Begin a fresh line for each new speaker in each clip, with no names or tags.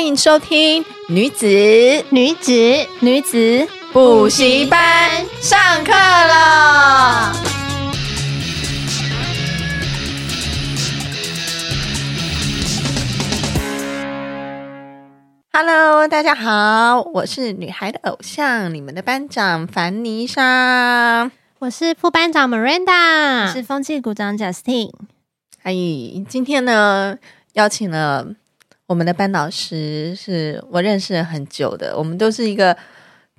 迎收听女子
女子
女子
补习班上课了。Hello，大家好，我是女孩的偶像，你们的班长凡妮莎。
我是副班长 Miranda，
是风纪股长 Justin。
哎，今天呢，邀请了我们的班导师，是我认识了很久的，我们都是一个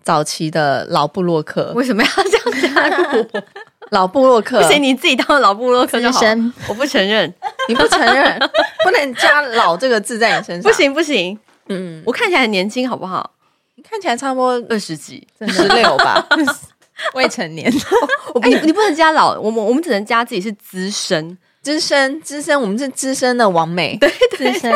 早期的老布洛克，
为什么要这样加 入我？
老布洛克
不，行，你自己当老布洛克就好
资深。
我不承 认，
你不承认， 不能加“老”这个字在你身上。
不，行不行，
嗯，
我看起来很年轻，好不好？
你看起来差不多
二十几，
十六吧，
未成年，
我哎，你你不能加老，我们我们只能加自己是资深。
资深资深，我们是资深的王美，对，
资 深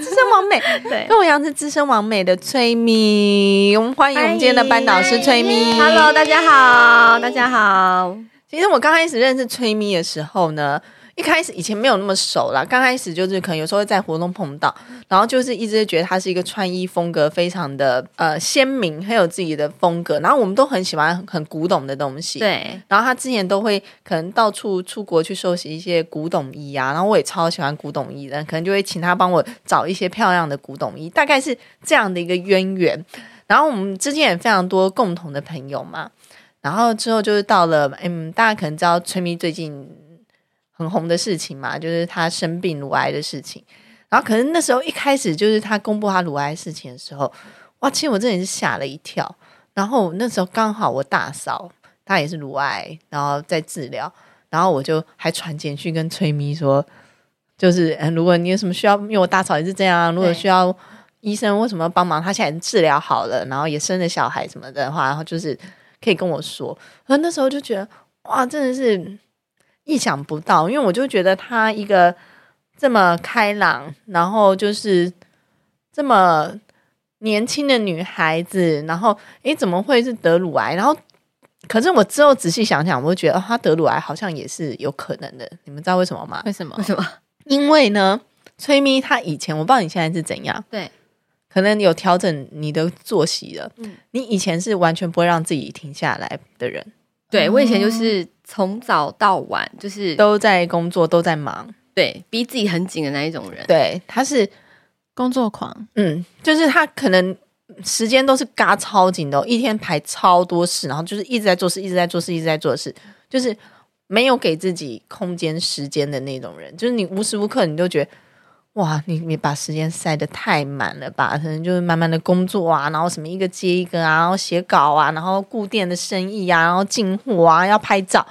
资深王美，
对
跟我一样是资深王美的崔咪，我们欢迎我们今天的班导师崔咪。
，Hello，大家好，大家好。
其实我刚开始认识崔咪的时候呢，一开始以前没有那么熟啦，刚开始就是可能有时候会在活动碰到，然后就是一直觉得她是一个穿衣风格非常的呃鲜明，很有自己的风格，然后我们都很喜欢很很古董的东西，。
对，
然后她之前都会可能到处出国去收集一些古董衣啊，然后我也超喜欢古董衣的，可能就会请她帮我找一些漂亮的古董衣，大概是这样的一个渊源。然后我们之间也非常多共同的朋友嘛，然后之后就是到了，嗯，大家可能知道崔咪最近很红的事情嘛，就是她生病乳癌的事情。然后可能那时候一开始就是她公布她乳癌的事情的时候，哇，其实我真的是吓了一跳。然后那时候刚好我大嫂她也是乳癌，然后在治疗，然后我就还传简讯跟崔咪说，就是嗯，如果你有什么需要，因为我大嫂也是这样啊，如果
对
需要医生为什么要帮忙，她现在已经治疗好了，然后也生了小孩什么的话，然后就是可以跟我说。然后那时候就觉得哇，真的是意想不到，因为我就觉得她一个这么开朗，然后就是这么年轻的女孩子，然后诶，怎么会是得乳癌？然后，可是我之后仔细想想，我就觉得、哦、她得乳癌好像也是有可能的。你们知道为什么吗？
为什么
为？什么？
因为呢，崔咪她以前我不知道你现在是怎样，
对，
可能有调整你的作息了。
嗯
你以前是完全不会让自己停下来的人，
对我以前就是从早到晚，就是
都在工作，都在忙。
对逼自己很紧的那一种人。
对，她是
工作狂，
嗯，就是他可能时间都是嘎超紧的哦、一天排超多事，然后就是一直在做事，一直在做事，一直在做事，就是没有给自己空间、时间的那种人。就是你无时无刻你都觉得，哇，你你把时间塞得太满了吧？可能就是慢慢的工作啊，然后什么一个接一个啊，然后写稿啊，然后顾店的生意啊，然后进货啊，要拍照，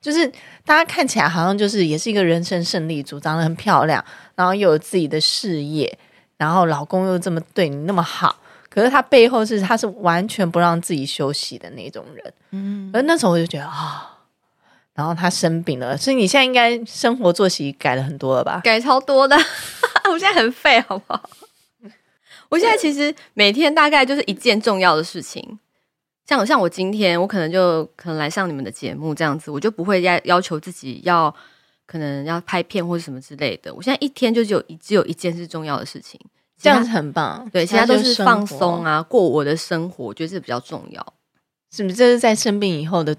就是大家看起来好像就是也是一个人生胜利组，长得很漂亮，然后又有自己的事业，然后老公又这么对你那么好，可是他背后是他是完全不让自己休息的那种人。
嗯，
而那时候我就觉得啊、然后他生病了，所以你现在应该生活作息改了很多了吧？
改超多的， 我现在很废，好不好？我现在其实每天大概就是一件重要的事情，像像我今天，我可能就可能来上你们的节目这样子，我就不会要要求自己要可能要拍片或者什么之类的。我现在一天就只有一只有一件是重要的事情，
这样
其
子
他
很棒。
对，其他都
就是生活
放松，啊，过我的生活，我觉得这比较重要。
是不是？这是在生病以后的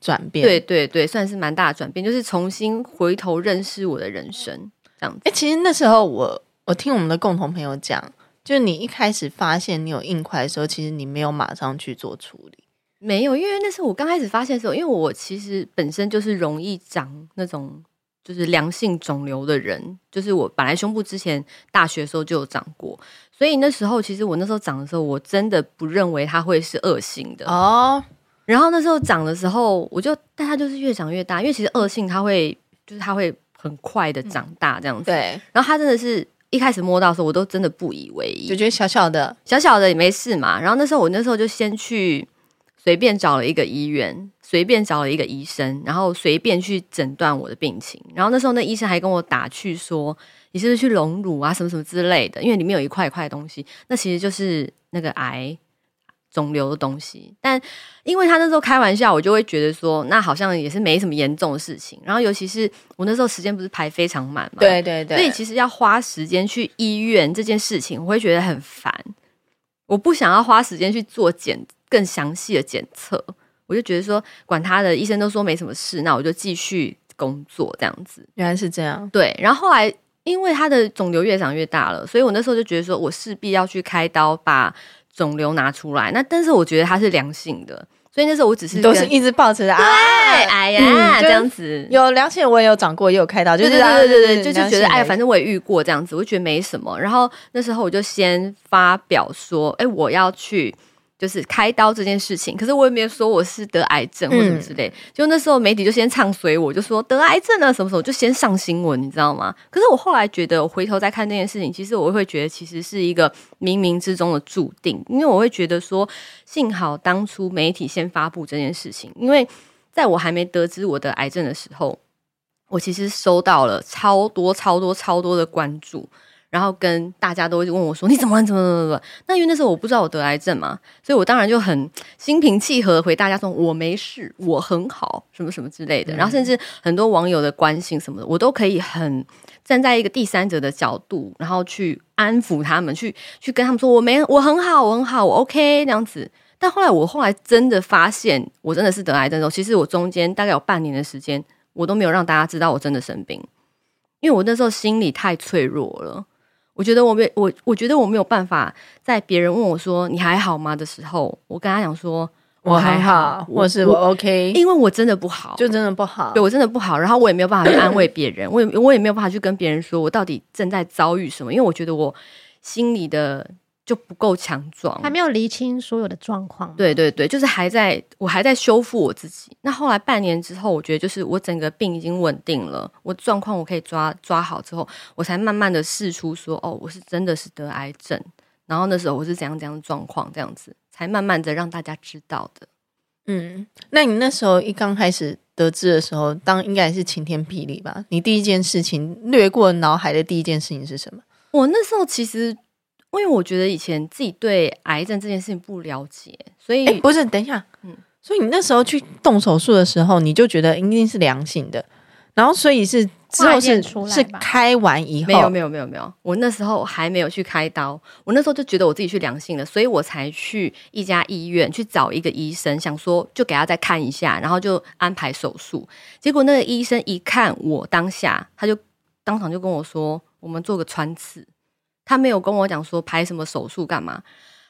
转变。
对，对对，算是蛮大的转变，就是重新回头认识我的人生这样子。
哎，其实那时候我我听我们的共同朋友讲，就是你一开始发现你有硬块的时候，其实你没有马上去做处理。
没有，因为那是我刚开始发现的时候，因为我其实本身就是容易长那种就是良性肿瘤的人，就是我本来胸部之前大学的时候就有长过，所以那时候其实我那时候长的时候，我真的不认为它会是恶性的。
哦，
然后那时候长的时候，我就但它就是越长越大，因为其实恶性它会就是它会很快的长大这样子。
嗯对，
然后它真的是一开始摸到的时候，我都真的不以为意
就，觉得小小的，
小小的也没事嘛。然后那时候我那时候就先去随便找了一个医院，随便找了一个医生，然后随便去诊断我的病情。然后那时候那医生还跟我打趣说：“你是不是去隆乳啊，什么什么之类的？因为里面有一块一块的东西，那其实就是那个癌肿瘤的东西。但因为他那时候开玩笑，我就会觉得说，那好像也是没什么严重的事情。然后尤其是我那时候时间不是排非常满嘛，
对对对，
所以其实要花时间去医院这件事情，我会觉得很烦。我不想要花时间去做检更详细的检测，我就觉得说，管他的，医生都说没什么事，那我就继续工作这样子。
原来是这样。
对，然后后来因为他的肿瘤越长越大了，所以我那时候就觉得说我势必要去开刀把肿瘤拿出来。那但是我觉得它是良性的，所以那时候我只是
你都是
跟
一直抱着啊，
哎哎呀、
嗯
这样子。
有良心，我也有长过，也有开刀，就
对
是
对
啊
对对对，就就觉得哎，
良性的
反正我也遇过这样子，我就觉得没什么。然后那时候我就先发表说，哎，我要去就是开刀这件事情，可是我也没有说我是得癌症或什么
嗯
之类。就那时候媒体就先唱衰我，就说得癌症啊了什么什么，就先上新闻，你知道吗？可是我后来觉得，我回头再看这件事情，其实我会觉得其实是一个冥冥之中的注定，因为我会觉得说，幸好当初媒体先发布这件事情，因为在我还没得知我的癌症的时候，我其实收到了超多超多超多的关注。然后跟大家都会问我说：“你怎么了？你怎么了怎么了？”那因为那时候我不知道我得癌症嘛，所以我当然就很心平气和地回大家说：“我没事，我很好，什么什么之类的。”然后甚至很多网友的关心什么的，我都可以很站在一个第三者的角度，然后去安抚他们，去去跟他们说：“我没，我很好，我很好，我 OK。”那样子。但后来我后来真的发现，我真的是得癌症的时候，其实我中间大概有半年的时间，我都没有让大家知道我真的生病，因为我那时候心里太脆弱了。我觉得我没我，我觉得我没有办法在别人问我说你还好吗的时候，我跟他讲说
我还好，我是我 OK，
因为我真的不好，
就真的不好
对。我真的不好，然后我也没有办法去安慰别人， 我也我也没有办法去跟别人说我到底正在遭遇什么，因为我觉得我心里的就不够强壮，
还没有厘清所有的状况。，
对对对，就是还在我还在修复我自己。那后来半年之后，我觉得就是我整个病已经稳定了，我状况我可以抓抓好之后，我才慢慢的试出说，哦，我是真的是得癌症，然后那时候我是怎样怎样的状况，这样子才慢慢的让大家知道的。
嗯，那你那时候一刚开始得知的时候，当应该也是晴天霹雳吧？你第一件事情掠过脑海的第一件事情是什么？
我那时候其实，因为我觉得以前自己对癌症这件事情不了解，所以、
哎、不是，等一下，
嗯
所以你那时候去动手术的时候，你就觉得一定是良性的，然后所以是之后
化验
是
出来
是
吧
开完以后，
没有没有没有没有，我那时候还没有去开刀，我那时候就觉得我自己去良性了，所以我才去一家医院去找一个医生，想说就给他再看一下，然后就安排手术。结果那个医生一看我当下，他就当场就跟我说，我们做个穿刺，他没有跟我讲说排什么手术干嘛，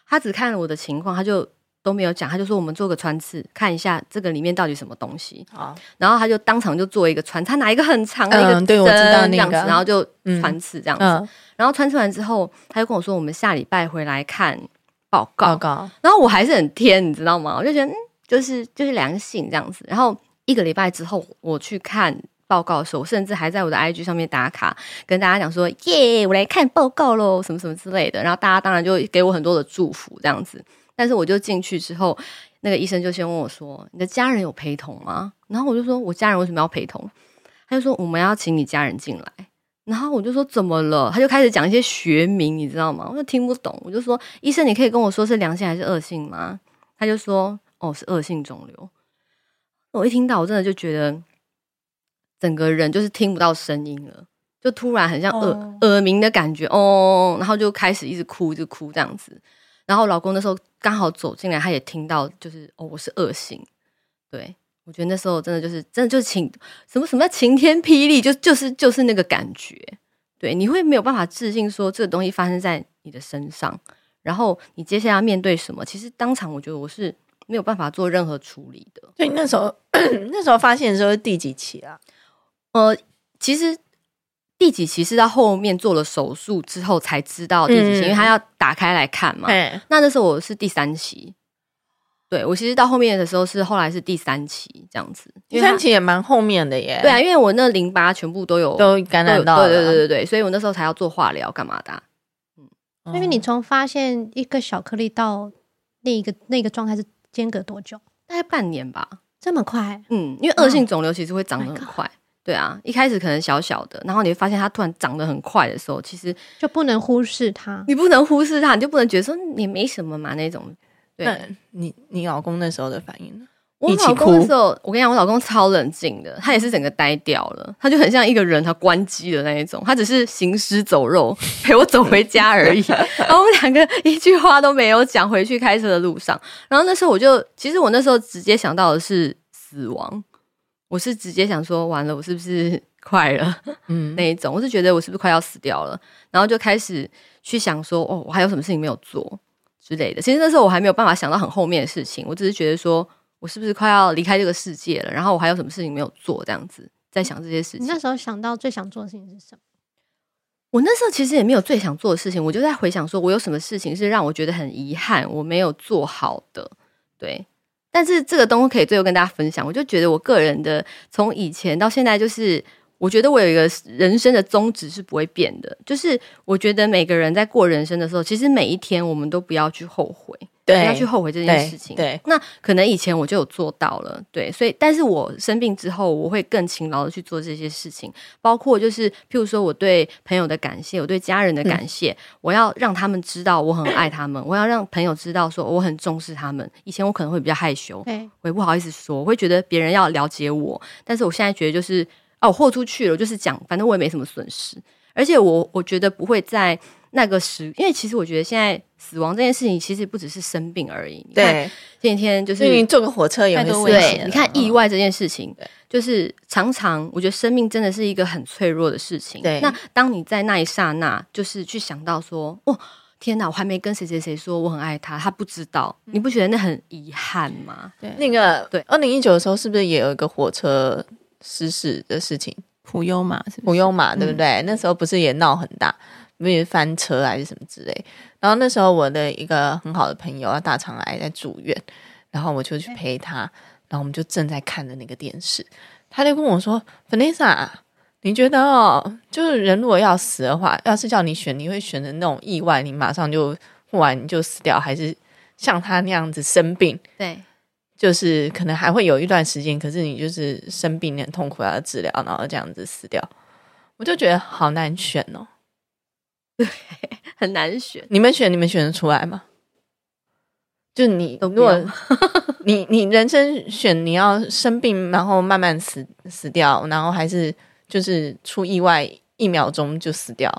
他只看了我的情况，他就都没有讲，他就说我们做个穿刺，看一下这个里面到底什么东西。
好，
然后他就当场就做一个穿，他拿一个很长的一个针、
嗯对我知道那个
这样子，然后就穿刺这样子。
嗯，
然后穿刺完之后，他就跟我说我们下礼拜回来看报告。
报告，
然后我还是很天，你知道吗？我就觉得嗯，就是就是良性这样子。然后一个礼拜之后，我去看报告的时候，我甚至还在我的 IG 上面打卡，跟大家讲说耶，我来看报告喽，什么什么之类的。然后大家当然就给我很多的祝福这样子。但是我就进去之后，那个医生就先问我说：“你的家人有陪同吗？”然后我就说：“我家人为什么要陪同？”他就说：“我们要请你家人进来。”然后我就说怎么了？他就开始讲一些学名，你知道吗？我就听不懂。我就说医生，你可以跟我说是良性还是恶性吗？他就说哦，是恶性肿瘤。我一听到，我真的就觉得整个人就是听不到声音了，就突然很像耳、
哦
耳鸣的感觉哦，然后就开始一直哭，一直哭这样子。然后老公那时候刚好走进来，他也听到就是哦，我是恶性。对我觉得那时候真的就是真的就是晴什么什么叫晴天霹雳，就就是就是那个感觉。对，你会没有办法置信说这个东西发生在你的身上，然后你接下来要面对什么？其实当场我觉得我是没有办法做任何处理的。
所以那时候 那时候发现的时候是第几期啊？
呃，其实第几期是到后面做了手术之后才知道第几期，
嗯
因为他要打开来看嘛。
哎，
那那时候我是第三期，对我其实到后面的时候是后来是第三期这样子，
第
因为他
三期也蛮后面的耶，
对啊，因为我那淋巴全部都有
都感
都有
染到了，
对对对对对，所以我那时候才要做化疗干嘛的啊、
哦，
因为你从发现一个小颗粒到另一个那个状态是间隔多久？
大概半年吧。
这么快？
嗯，因为恶性肿瘤其实会长得
My
Oh
很快。对啊，一开始可能小小的，然后你会发现它突然长得很快的时候，其实
就不能忽视它。
你不能忽视它，你就不能觉得说你没什么嘛那种。
那
对，
你你老公那时候的反应呢？
我
一起
老公
哭
的时候，我跟你讲，我老公超冷静的，他也是整个呆掉了，他就很像一个人，他关机的那一种，他只是行尸走肉 陪我走回家 而已。然后我们两个一句话都没有讲，回去开车的路上。然后那时候我就，其实我那时候直接想到的是死亡，我是直接想说，完了，我是不是快了？
嗯，
那一种，我是觉得我是不是快要死掉了，然后就开始去想说，哦，我还有什么事情没有做之类的。其实那时候我还没有办法想到很后面的事情，我只是觉得说我是不是快要离开这个世界了，然后我还有什么事情没有做，这样子在想这些事
你
情
那。时候想到最想做的事情是什么？
我那时候其实也没有最想做的事情，我就在回想说，我有什么事情是让我觉得很遗憾，我没有做好的，对。但是这个东西可以最后跟大家分享，我就觉得我个人的从以前到现在，就是我觉得我有一个人生的宗旨是不会变的，就是我觉得每个人在过人生的时候，其实每一天我们都不要去后悔，
对，
不要去后悔这件事情。
对，
那可能以前我就有做到了，对，所以但是我生病之后，我会更勤劳的去做这些事情，包括就是譬如说我对朋友的感谢，我对家人的感谢，我要让他们知道我很爱他们，我要让朋友知道说我很重视他们。以前我可能会比较害羞，
对，
我也不好意思说，我会觉得别人要了解我，但是我现在觉得就是哦，我豁出去了，我就是讲，反正我也没什么损失，而且我我觉得不会在那个时，因为其实我觉得现在死亡这件事情其实不只是生病而已，你看
对，
前几天就
所以
是
你坐个火车也
太
会
多
死
危险
对
了，
你看意，外这件事情
对，
就是常常我觉得生命真的是一个很脆弱的事情。
对
那当你在那一刹那，就是去想到说，哦，天哪，我还没跟谁谁谁说我很爱他，他不知道，你不觉得那很遗憾吗？
对，
那个
对
二零一九的时候是不是也有一个火车失事的事情？
普悠玛是嗯不
普
是？
悠玛对不对？那时候不是也闹很大，不是也翻车还是什么之类。然后那时候我的一个很好的朋友，他大肠癌在住院，然后我就去陪他，
哎
然后我们就正在看着那个电视，他就跟我说：“Vanessa，你觉得哦，就是人如果要死的话，要是叫你选，你会选择那种意外，你马上就忽然你就死掉，还是像他那样子生病？”
对，
就是可能还会有一段时间，可是你就是生病，你很痛苦，要治疗，然后这样子死掉，我就觉得好难选哦。
很难选。
你们选，你们选得出来吗？就你，
都
如
不要
果 你你人生选你要生病，然后慢慢死死掉，然后还是就是出意外一秒钟就死掉，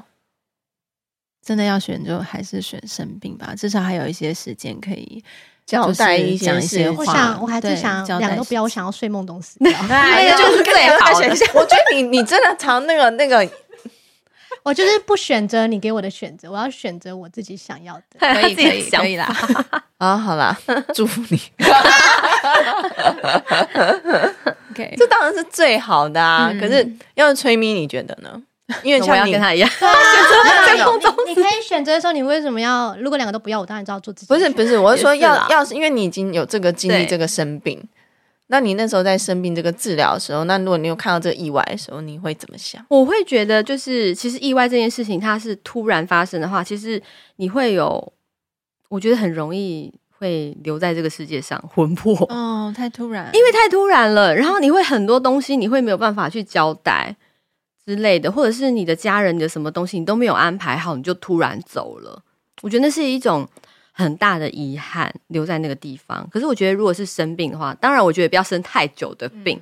真的要选就还是选生病吧，至少还有一些时间可以
交代
就是
一些
讲一
事
些
情
我
话
想我还
对
是想
交代
两个都不要，我想要睡梦中死掉。
哎呀
就是
最好
选
的
项。我觉得你你真的常那个那个
我就是不选择你给我的选择，我要选择我自己想要的。
他
可以
自己
可
的
以
想
可以啦，
啊，好啦， 祝福你。
可以
这当然是最好的啊。
嗯
可是要是催咪，你觉得呢？因为
我要
像你
跟他一样，
那
这
你你可以选择的时候，你为什么要？如果两个都不要，我当然知道做自己。
不是不是，我是说
也是啦
要要是因为你已经有这个经历，
对
这个生病，那你那时候在生病这个治疗的时候，那如果你有看到这个意外的时候，你会怎么想？
我会觉得，就是其实意外这件事情，它是突然发生的话，其实你会有，我觉得很容易会留在这个世界上魂魄，
哦，太突然，
因为太突然了。然后你会很多东西，你会没有办法去交代之类的，或者是你的家人、你的什么东西，你都没有安排好，你就突然走了。我觉得那是一种很大的遗憾，留在那个地方。可是我觉得，如果是生病的话，当然我觉得不要生太久的病，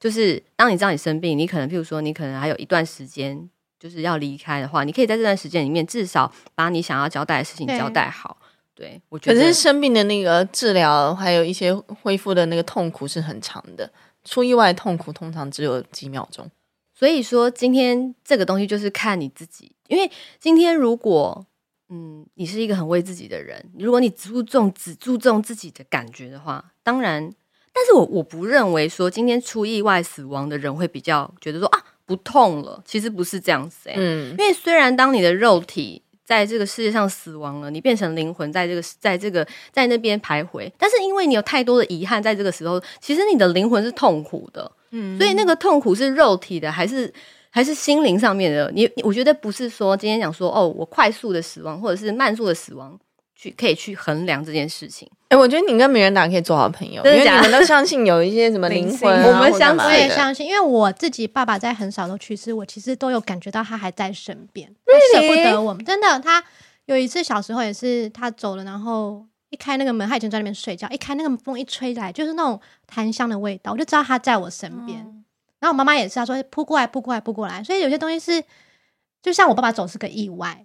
就是当你知道你生病，你可能譬如说你可能还有一段时间就是要离开的话，你可以在这段时间里面至少把你想要交代的事情
对
交代好。对，我觉
可
得
是生病的那个治疗，还有一些恢复的那个痛苦是很长的。出意外的痛苦通常只有几秒钟，
所以说，今天这个东西就是看你自己，因为今天如果嗯，你是一个很为自己的人，如果你注重只注重自己的感觉的话，当然，但是我我不认为说今天出意外死亡的人会比较觉得说啊不痛了，其实不是这样子欸
嗯，
因为虽然当你的肉体在这个世界上死亡了，你变成灵魂在这个在这个在那边徘徊，但是因为你有太多的遗憾，在这个时候，其实你的灵魂是痛苦的，
嗯
所以那个痛苦是肉体的，还是还是心灵上面的？你你我觉得不是说今天讲说哦，我快速的死亡或者是慢速的死亡，去可以去衡量这件事情。
哎、我觉得你跟美人达可以做好朋友，因
真的
为你
假的
们都相信有一些什么灵
灵性
魂啊、
我们
或干嘛
相
我
信
的
也相信，因为我自己爸爸在很少的去世，我其实都有感觉到他还在身边，他
Really？
舍不得我们。真的，他有一次小时候也是他走了，然后一开那个门，他以前在那边睡觉，一开那个风一吹来，就是那种檀香的味道，我就知道他在我身
哦
边。
嗯
然后我妈妈也是，她说哎扑过来，扑过来，扑过来。所以有些东西是，就像我爸爸总是个意外，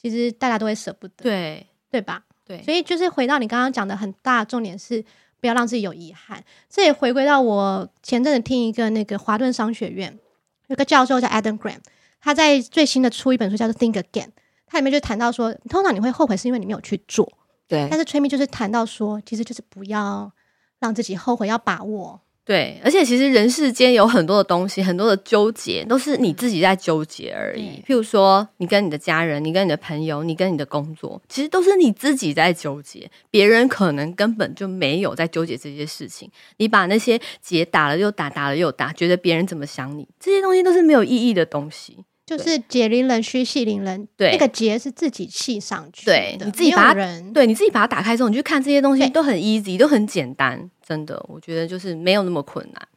其实大家都会舍不得，
对
对吧？
对，
所以就是回到你刚刚讲的很大的重点是，不要让自己有遗憾。这也回归到我前阵子听一个那个华顿商学院有个教授叫 Adam Grant，他在最新的出一本书叫做《Think Again》，它里面就谈到说，通常你会后悔是因为你没有去做，
对
但是催眠就是谈到说，其实就是不要让自己后悔，要把握。
对，而且其实人世间有很多的东西，很多的纠结都是你自己在纠结而已。譬如说，你跟你的家人，你跟你的朋友，你跟你的工作，其实都是你自己在纠结，别人可能根本就没有在纠结这些事情。你把那些结打了又打，打了又打，觉得别人怎么想你，这些东西都是没有意义的东西。
就是解铃人须系铃人，
对
那个结是自己系上去的，
对你自己把它
没有人
对，你自己把它打开之后，你去看这些东西
对
都很 easy，都很简单，真的，我觉得就是没有那么困难。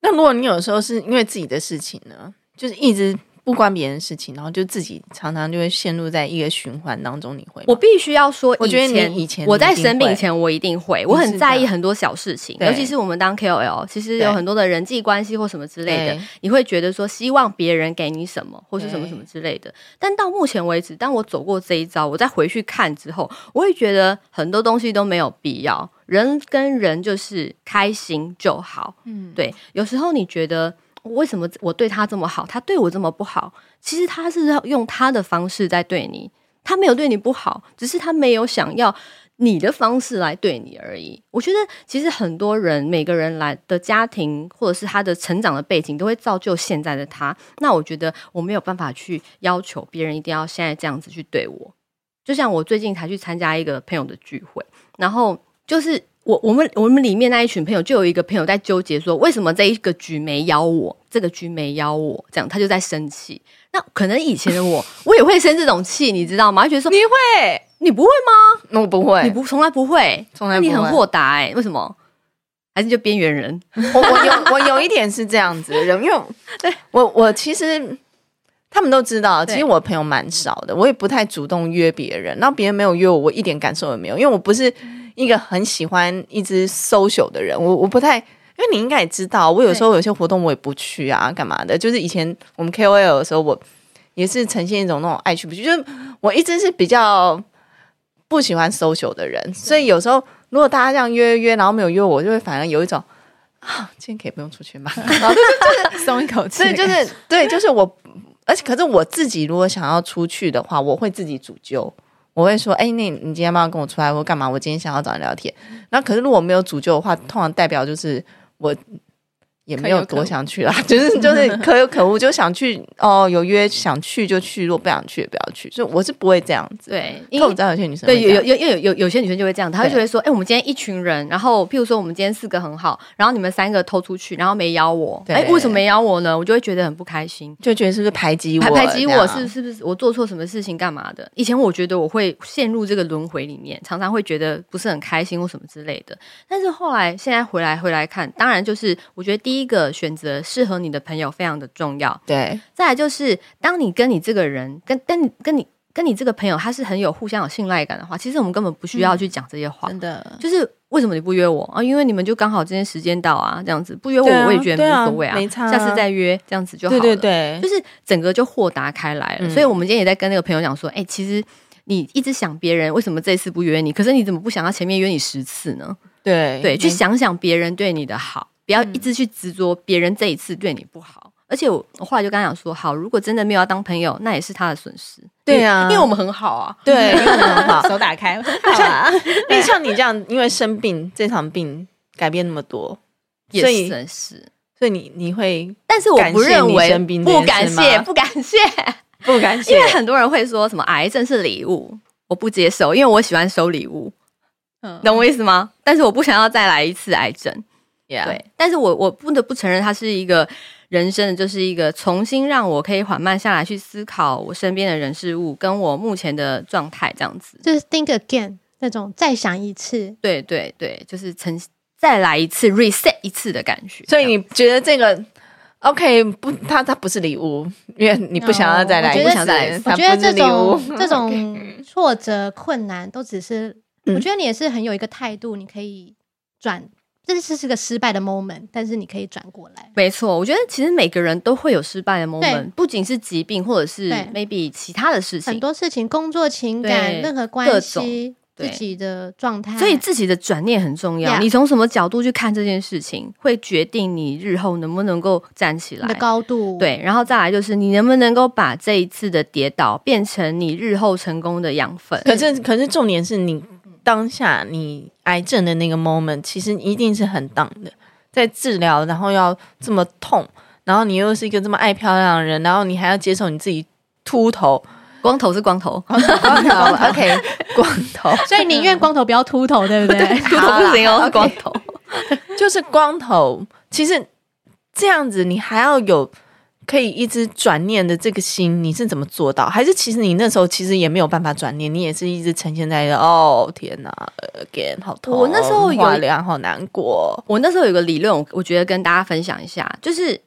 那如果你有时候是因为自己的事情呢，就是一直不关别人的事情，然后就自己常常就会陷入在一个循环当中，你会吗
我必须要说，
我觉得
以前
你以前
我在
一定会
生病前，我一定会，我很在意很多小事情，
对
尤其是我们当 KOL，其实有
对
很多的人际关系或什么之类的，
对
你会觉得说希望别人给你什么，或是
对
什么什么之类的。但到目前为止，当我走过这一招，我再回去看之后，我会觉得很多东西都没有必要。人跟人就是开心就好，
嗯，
对，有时候你觉得为什么我对他这么好，他对我这么不好？其实他是用他的方式在对你，他没有对你不好，只是他没有想要你的方式来对你而已。我觉得其实很多人，每个人来的家庭或者是他的成长的背景，都会造就现在的他。那我觉得我没有办法去要求别人一定要现在这样子去对我。就像我最近才去参加一个朋友的聚会，然后就是我我们我们里面那一群朋友，就有一个朋友在纠结说，为什么这一个局没邀我，这个局没邀我，这样他就在生气。那可能以前的我，我也会生这种气，你知道吗？就觉得说
你会？
你不会吗？
那我不会，
你不从来不会，
从来
那
不会
你很豁达哎、为什么？还是就边缘人？
我我有我有一点是这样子的人，因为我我其实他们都知道，
对
其实我朋友蛮少的，我也不太主动约别人，然后别人没有约我，我一点感受也没有，因为我不是一个很喜欢一直 social 的人，我我不太。因为你应该也知道，我有时候有些活动我也不去啊，干嘛的？就是以前我们 KOL 的时候，我也是呈现一种那种爱去不去，就是我一直是比较不喜欢 social 的人，所以有时候如果大家这样约约，然后没有约我，我就会反而有一种啊，今天可以不用出去吗？ 然后就是
松一口气
所以就是 对，就是我，而且可是我自己如果想要出去的话，我会自己主揪。我会说，哎、那你今天要不要跟我出来，或干嘛？我今天想要找你聊天。那可是如果没有主揪的话，通常代表就是我也没有
可有可
多
无
想去啦，就是就是可有可无，就想去哦，有约想去就去，如果不想去也不要去。所以我是不会这样子。
对，因
因为我
为
知道有些女生
对
会这
有
样
有有有有有些女生就会这样，她会
对
觉得说，哎、我们今天一群人，然后譬如说我们今天四个很好，然后你们三个偷出去，然后没邀我，
对
哎、为什么没邀我呢？我就会觉得很不开心。
就觉得是不是排挤我？
排排挤
这
我
样
是是不是我做错什么事情干嘛的？以前我觉得我会陷入这个轮回里面，常常会觉得不是很开心或什么之类的。但是后来现在回来回来看，当然就是我觉得第一个选择适合你的朋友非常的重要。
对
再来就是，当你跟你这个人跟跟你跟你跟你这个朋友他是很有互相有信赖感的话，其实我们根本不需要去讲这些话。
嗯
真的，。
就是为什么你不约我啊？因为你们就刚好今天时间到啊，这样子不约我、
对啊
我也觉
对
得
啊
无所谓
没差啊
下次再约这样子就好
对
了。
对对
就，是整个就豁达开来了。
嗯
所以我们今天也在跟那个朋友讲说，哎、其实你一直想别人为什么这次不约你，可是你怎么不想要前面约你十次呢？
对
对，去
没
想想别人对你的好，不要一
嗯
直去执着别人这一次对你不好。而且我我后来就跟他讲说，好，如果真的没有要当朋友，那也是他的损失。
对啊
因为因为我们很好啊。
对，因为 很好
手打开，好啊
因为像你这样，因为生病这场病改变那么多，
也
所以
算是，
所以你你会
但是我不
感谢
认
你
为
生病这
不
件
感
事吗
谢，不感 谢，
不感
因为很多人会说什么癌症是礼物，我不接受，因为我喜欢收礼物。
嗯
懂我意思吗？但是我不想要再来一次癌症。
啊
对，但是我我不得不承认，它是一个人生的，就是一个重新让我可以缓慢下来去思考我身边的人事物，跟我目前的状态这样子。
就是 think again 那种再想一次，
对对对，就是曾再来一次 reset 一次的感觉。
所以你觉得这个 OK 不？它它不是礼物，因为你不想要再来
哦我
一
觉得
次，
是
它
我觉得
不是
这
礼物
种这种挫折困难都只是
嗯
我觉得你也是很有一个态度，你可以转，这是是个失败的 moment，但是你可以转过来。
没错，我觉得其实每个人都会有失败的
对
moment，不仅是疾病，或者是
对
maybe 其他的事
很
情，
多事情，工作、情感、
对
任何
各
关
种
系、自
对
己的状态，
所以自己的转念很重
嗯
要。
Yeah
你从什么角度去看这件事情，会决定你日后能不能够站起
你的
来。
高度，
对，然后再来就是你能不能够把这一次的跌倒变成你日后成功的养分。
可是可是重点是你当下你癌症的那个 moment，其实一定是很 down 的，在治疗，然后要这么痛，然后你又是一个这么爱漂亮的人，然后你还要接受你自己秃头
光头是光头，
，OK，光头，
所以宁愿光头不要秃头，对不对？
秃头不行哦，是光头。
就是光头。其实这样子，你还要有可以一直转念的这个心，你是怎么做到？还是其实你那时候其实也没有办法转念，你也是一直呈现在一个哦天哪，again 好痛，
我那时候有
化疗好难过，
我那时候有个理论，我我觉得跟大家分享一下，就是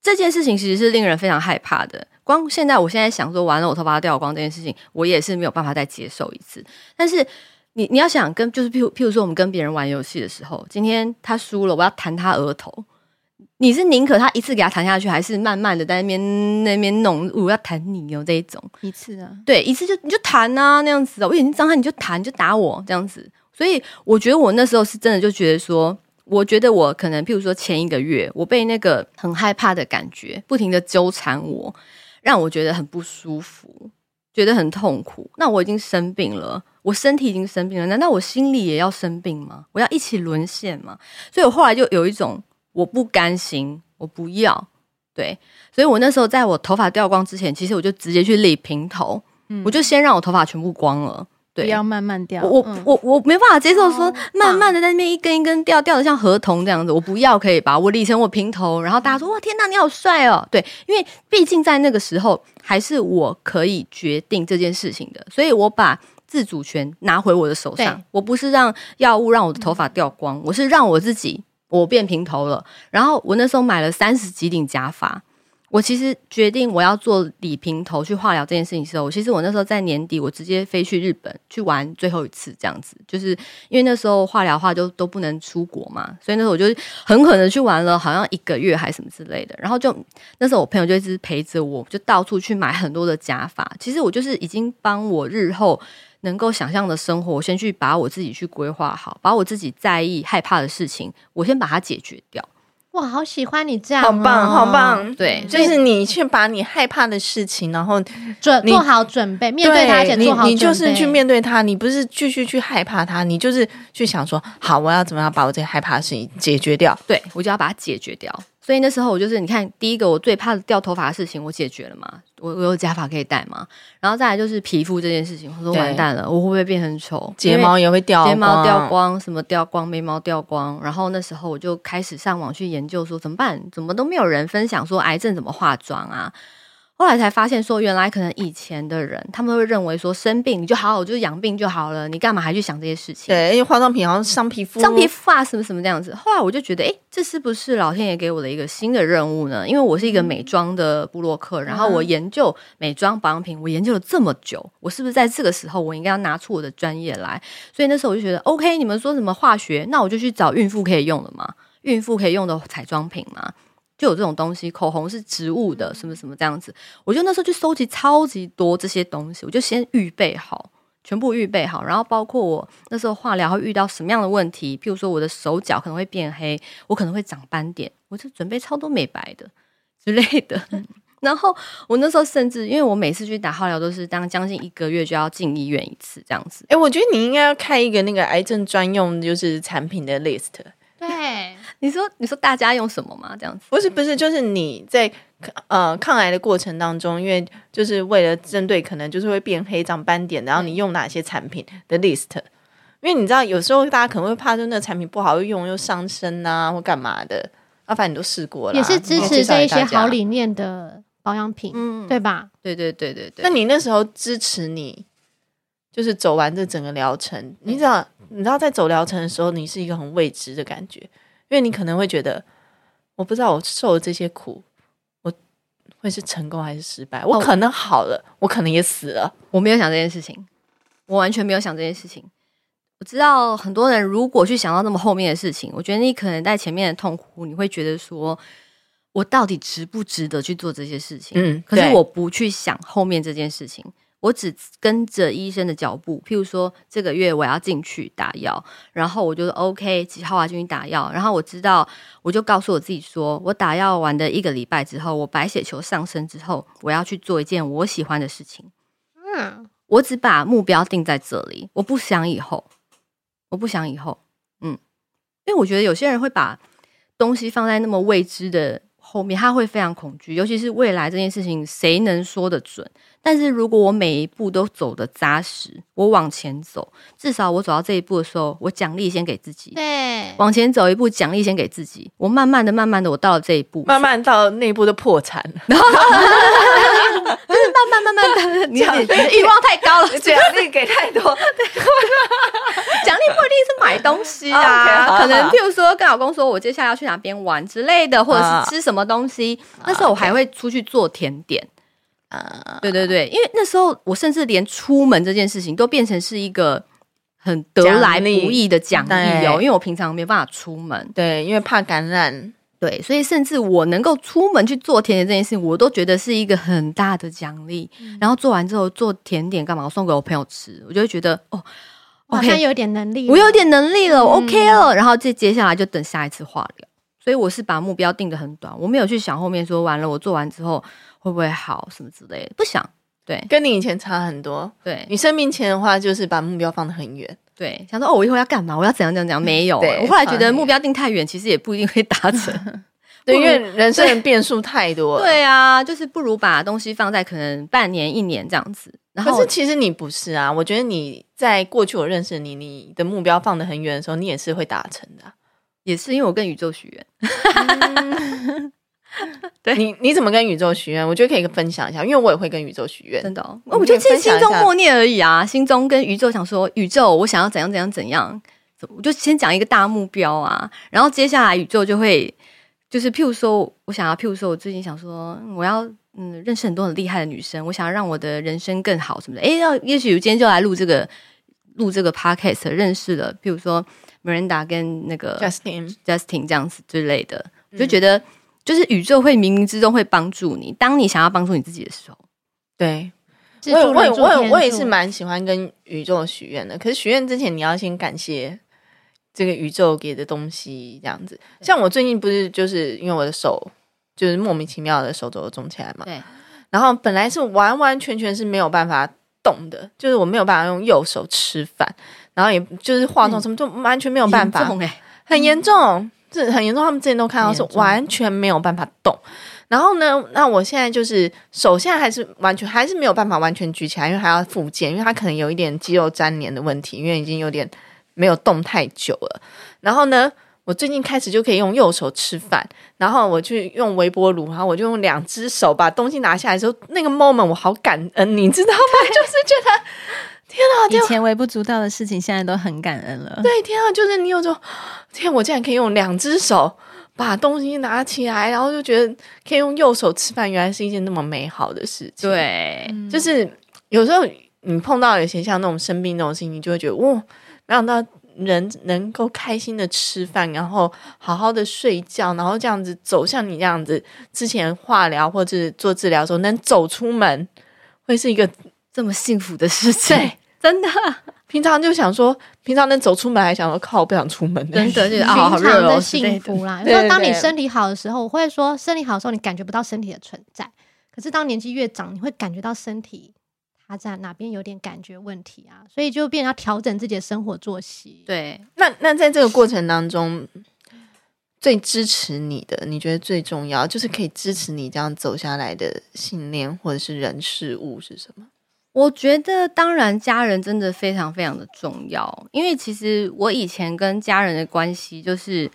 这件事情其实是令人非常害怕的。光现在，我现在想说，完了，我头发掉光这件事情，我也是没有办法再接受一次。但是你你要想跟，就是譬如譬如说，我们跟别人玩游戏的时候，今天他输了，我要弹他额头。你是宁可他一次给他弹下去，还是慢慢的在那边那边弄？我要弹你哦这一种。
一次啊，
对，一次就你就弹啊那样子的，我眼睛张开你就弹，你就打我这样子。所以我觉得我那时候是真的就觉得说，我觉得我可能譬如说前一个月，我被那个很害怕的感觉不停的纠缠我，让我觉得很不舒服，觉得很痛苦。那我已经生病了。我身体已经生病了，难道我心里也要生病吗？我要一起沦陷吗？所以我后来就有一种我不甘心，我不要，对，所以我那时候在我头发掉光之前，其实我就直接去理平头，
嗯
我就先让我头发全部光了。
不
对，
要慢慢掉。
我我、
嗯
我我没办法接受说
哦
慢慢的在那边一根一根掉掉的像合同这样子，我不要可以吧？我以前我平头，然后大家说哇天呐你好帅哦，对，因为毕竟在那个时候还是我可以决定这件事情的，所以我把。自主权拿回我的手上
对，
我不是让药物让我的头发掉光，我是让我自己我变平头了。然后我那时候买了三十几顶假发，我其实决定我要做理平头去化疗这件事情的时候，我其实我那时候在年底，我直接飞去日本去玩最后一次，这样子，就是因为那时候化疗话就都不能出国嘛，所以那时候我就很可能去玩了，好像一个月还什么之类的。然后就那时候我朋友就一直陪着我，就到处去买很多的假发。其实我就是已经帮我日后能够想象的生活，我先去把我自己去规划好，把我自己在意、害怕的事情，我先把它解决掉。
哇，好喜欢你这样、哦
好棒好，棒。
嗯对，所
就
以
是你去把你害怕的事情，然后
准
你
做好准备，面对它，而且
你
做好
你就
准
是
备
去面对它，你不是继续去害怕它，你就是去想说，好，我要怎么样把我这个害怕的事情解决掉。
对，我就要把它解决掉。所以那时候我就是，你看，第一个我最怕掉头发的事情我解决了嘛，我我有假发可以戴嘛，然后再来就是皮肤这件事情，我说
对
完蛋了，我会不会变很丑？
睫毛也会掉
因
光，
为、睫毛掉光，什么掉光，眉毛掉光。然后那时候我就开始上网去研究说怎么办，怎么都没有人分享说癌症怎么化妆啊。后来才发现说，原来可能以前的人他们会认为说生病你就好好就是养病就好了，你干嘛还去想这些事情？
对，因为化妆品好像伤皮肤，
上皮肤啊，什么什么这样子。后来我就觉得，哎、这是不是老天爷给我的一个新的任务呢？因为我是
嗯
一个美妆的布洛克，然后我研究美妆保养品，我研究了这么久，我是不是在这个时候我应该要拿出我的专业来？所以那时候我就觉得，OK，你们说什么化学，那我就去找孕妇可以用的嘛，孕妇可以用的彩妆品嘛。就有这种东西，口红是植物
嗯
的，什么什么这样子。我就那时候去收集超级多这些东西，我就先预备好，全部预备好，然后包括我那时候化疗会遇到什么样的问题，譬如说我的手脚可能会变黑，我可能会长斑点，我就准备超多美白的之类的。
嗯
然后我那时候甚至，因为我每次去打化疗都是当将近一个月就要进医院一次这样子。
哎、我觉得你应该要开一个那个癌症专用就是产品的 list，
对，
你说，你说大家用什么吗？这样子，
不是不是，就是你在呃抗癌的过程当中，因为就是为了针对可能就是会变黑长斑点，然后你用哪些产品的 list。因为你知道，有时候大家可能会怕，就那个产品不好又用又伤身啊，或干嘛的。啊，反正你都试过了，
也是支
你
持
介绍
这
给
一些
大家
好。理念的保养品，
嗯，
对吧？
对对对对对。
那你那时候支持你，就是走完这整个疗程，你知道，你知道在走疗程的时候，你是一个很未知的感觉，因为你可能会觉得，我不知道我受了这些苦，我会是成功还是失败？我
哦
可能好了，我可能也死了。
我没有想这件事情，我完全没有想这件事情。我知道很多人如果去想到那么后面的事情，我觉得你可能在前面的痛苦，你会觉得说，我到底值不值得去做这些事情？
嗯
可是
对
我不去想后面这件事情，我只跟着医生的脚步。譬如说，这个月我要进去打药，然后我就说 OK 几号啊进去打药，然后我知道，我就告诉我自己说，我打药完的一个礼拜之后，我白血球上升之后，我要去做一件我喜欢的事情。
嗯，
我只把目标定在这里，我不想以后，我不想以后，嗯，因为我觉得有些人会把东西放在那么未知的后面，他会非常恐惧，尤其是未来这件事情，谁能说得准？但是如果我每一步都走得扎实，我往前走，至少我走到这一步的时候，我奖励先给自己，
对，
往前走一步，奖励先给自己，我慢慢的、慢慢的，我到了这一步，
慢慢到内部的破产了，
慢慢、慢慢的，你有点你的欲望太高了，
奖励给太多，
奖励不一定是买东西
OK，
啊，
好好
可能譬如说跟老公说我接下来要去哪边玩之类的，或者
啊
是吃什么东西。那时候我还会出去做甜点。
啊
对对对，因为那时候我甚至连出门这件事情都变成是一个很得来不易的奖励哦，
对
因为我平常没办法出门，
对，因为怕感染，
对，所以甚至我能够出门去做甜点这件事情，我都觉得是一个很大的奖励。然后做完之后做甜点干嘛？我送给我朋友吃，我就会觉得哦，
我好
OK
像有点能力了，
我有点能力了、
嗯
o k 了。然后接接下来就等下一次化疗，所以我是把目标定得很短，我没有去想后面说完了我做完之后会不会好什么之类的，不想。对
跟你以前差很多。
对
你生病前的话，就是把目标放得很远，
对，想说哦，我以后要干嘛？我要怎样怎样怎样？没有、
对
我后来觉
差
得
很
目标定太远，其实也不一定会达成。
对，因
不如
为人生的变数太多了。。
对啊，就是不如把东西放在可能半年、一年这样子。然
可
后
是其实你不是啊，我觉得你在过去我认识你，你的目标放得很远的时候，你也是会达成的啊、
也是因为我跟宇宙许愿，对
你你怎么跟宇宙许愿？我觉得可以分享一下，因为我也会跟宇宙许愿。
真的、哦，
你可以
我觉得其实
分享
心
一
中
下
默念而已啊，心中跟宇宙想说，宇宙，我想要怎样怎样怎样，我就先讲一个大目标啊，然后接下来宇宙就会，就是譬如说，我想要，譬如说，我最近想说，嗯我要嗯认识很多很厉害的女生，我想要让我的人生更好什么的，诶，要也许我今天就来录这个录这个 podcast，认识了，譬如说 Miranda 跟那个
Justin，
Justin 这样子之类的，我就觉得就是宇宙会冥冥之中会帮助你，当你想要帮助你自己的时候。
对
知
我也
足
我也
人助
我也
天
我也是
助
蛮喜欢跟宇宙许愿的。可是许愿之前，你要先感谢这个宇宙给的东西，这样子。像我最近不是就是因为我的手就是莫名其妙的手肘肿起来嘛，
对，
然后本来是完完全全是没有办法动的，就是我没有办法用右手吃饭，然后也就是化妆什么，就完全没有办法，
严重欸
很严重，这很严重。他们之前都看到是
很严重
完全没有办法动。然后呢，那我现在就是手现在还是完全还是没有办法完全举起来，因为还要复健，因为它可能有一点肌肉粘连的问题，因为已经有点没有动太久了。然后呢，我最近开始就可以用右手吃饭，然后我去用微波炉，然后我就用两只手把东西拿下来的时候，那个 moment 我好感恩，你知道吗？就是觉得
以前微不足道的事情，现在都很感恩了。
对，天啊，就是你有种，天啊，我竟然可以用两只手把东西拿起来，然后就觉得可以用右手吃饭，原来是一件那么美好的事情。，
对，
就是有时候你碰到有些像那种生病那种事情，你就会觉得，哇，没想到人能够开心的吃饭，然后好好的睡觉，然后这样子走像你这样子之前化疗或者是做治疗的时候能走出门，会是一个
这么幸福的事情，
对
真的，
平常就想说，平常能走出门还想说靠，不想出门的，
真的就是啊，好
寻常
热
的
哦之类
幸
的。
福 啦。
对
有
对
时候当你
对
身体好的时候，我会说身体好的时候你感觉不到身体的存在，可是当年纪越长，你会感觉到身体它在哪边有点感觉问题啊，所以就变成要调整自己的生活作息。，
对，
那那在这个过程当中，最支持你的，你觉得最重要，就是可以支持你这样走下来的信念或者是人事物是什么？
我觉得当然家人真的非常非常的重要，因为其实我以前跟家人的关系就是，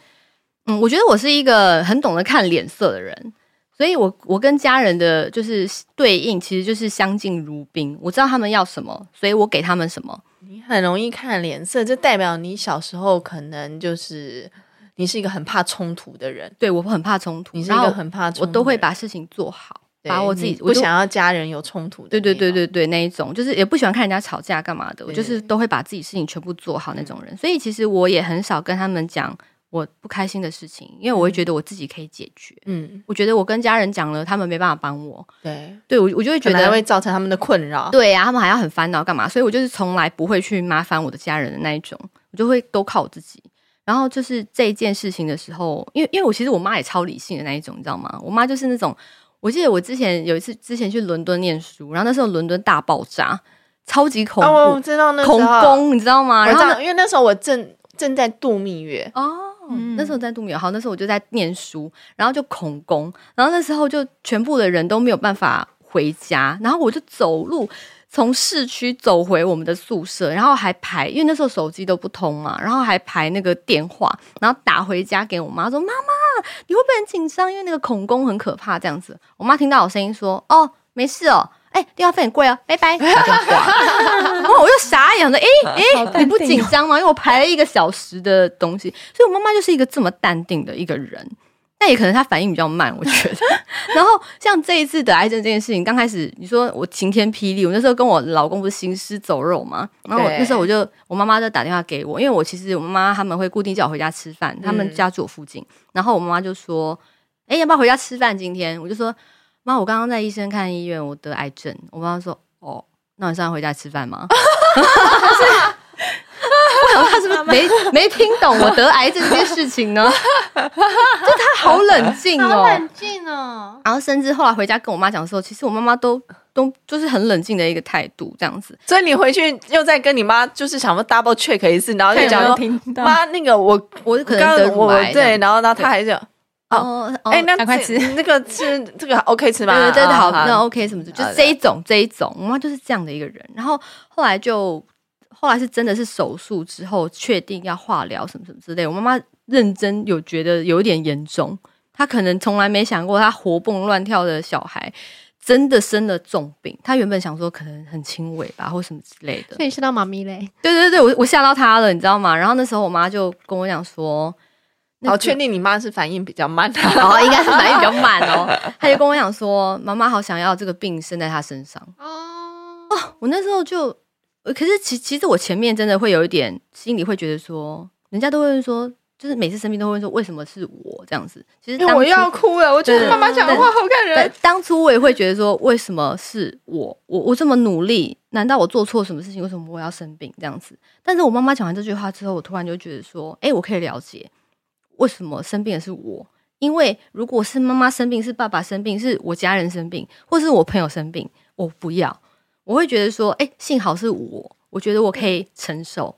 嗯，我觉得我是一个很懂得看脸色的人。所以我，我跟家人的就是对应，其实就是相敬如宾。我知道他们要什么，所以我给他们什么。
你很容易看脸色，这代表你小时候可能就是你是一个很怕冲突的人，
对我很怕冲突，
你是一
然后
个很怕冲
我
突的人
都会把事情做好。
对
把我自己
你
我
不
就
想要家人有冲突的，
对对对，对对，那一种就是也不喜欢看人家吵架干嘛的，我
对嗯
就是都会把自己事情全部做好那种人。所以其实我也很少跟他们讲我不开心的事情，因为我会觉得我自己可以解决。
嗯，
我觉得我跟家人讲了，他们没办法帮我，
对，
对我我就会
可
觉
能
得
会造成他们的困扰，
对啊呀、他们还要很烦恼干嘛？所以我就是从来不会去麻烦我的家人的那一种，我就会都靠我自己。然后就是这一件事情的时候，因为因为我其实我妈也超理性的那一种，你知道吗？我妈就是那种，我记得我之前有一次之前去伦敦念书，然后那时候伦敦大爆炸，超级恐怖，
哦，我知道那时候
恐，攻，你知道吗？
我
然
知
后
道，
呢
因为那时候我正正在度蜜月，
哦。
嗯
那时候在度米尔号，那时候我就在念书，然后就恐攻，然后那时候就全部的人都没有办法回家，然后我就走路从市区走回我们的宿舍，然后还排，因为那时候手机都不通嘛，然后还排那个电话，然后打回家给我妈说：“妈妈，你会不会很紧张？因为那个恐攻很可怕。”这样子，我妈听到我声音说：“哦，没事哦。”哎、电话费很贵哦，拜拜。打电话然后我就傻眼了，哎、哎、你不紧张吗？因为我排了一个小时的东西，所以我妈妈就是一个这么淡定的一个人。但也可能她反应比较慢，我觉得。 然后像这一次得癌症这件事情，刚开始你说我晴天霹雳，我那时候跟我老公不是行尸走肉嘛，然后我
对
那时候我就我妈妈就打电话给我，因为我其实我妈妈他们会固定叫我回家吃饭，他们
嗯
家住我附近，然后我妈妈就说：“哎、要不要回家吃饭？”今天我就说：“妈，我刚刚在医生看医院，我得癌症。”我妈妈说：“哦，那晚上回家吃 饭吗？”就是我想她是不是没没听懂我得癌症这件事情呢？ 就她好冷静
好
哦，
冷静哦。
然后甚至后来回家跟我妈讲的时候，其实我妈妈都都就是很冷静的一个态度，这样子。
所以你回去又再跟你妈就是想要 double check 一次，然后就
看有
讲
没
说
听到
妈那个我
我可能
刚
得乳
我
癌这样
对，
子，
然后然后她还是有
哦哦
哎那
赶快
这
吃
那个吃这个 OK 吃吗？
对对对，
啊
好，那 OK 什么的，就
好
是
的
这一种这一种，我妈就是这样的一个人。然后后来就后来是真的是手术之后确定要化疗什么什么之类，我妈妈认真有觉得有一点严重，她可能从来没想过她活蹦乱跳的小孩。真的生了重病，她原本想说可能很轻微吧，或什么之类的
所。以你是到妈咪嘞，
对对对，我我吓到她了，你知道吗？然后那时候我妈就跟我讲说，那
好
个
确定你妈是反应比较慢，啊
哦，应该是反应比较慢哦。她就跟我讲说，妈妈好想要这个病生在她身上。
哦，
我那时候就，呃可是其其实我前面真的会有一点心里会觉得说，人家都会说，就是每次生病都会说为什么是我这样子。其实当初
我又要哭了，我觉
对
得妈妈讲的话好 感
但
人。
当初我也会觉得说，为什么是我？我我这么努力，难道我做错什么事情？为什么我要生病这样子？但是我妈妈讲完这句话之后，我突然就觉得说，哎、我可以了解为什么生病的是我，因为如果是妈妈生病，是爸爸生病，是我家人生病，或是我朋友生病，我不要，我会觉得说，哎、幸好是我，我觉得我可以承受。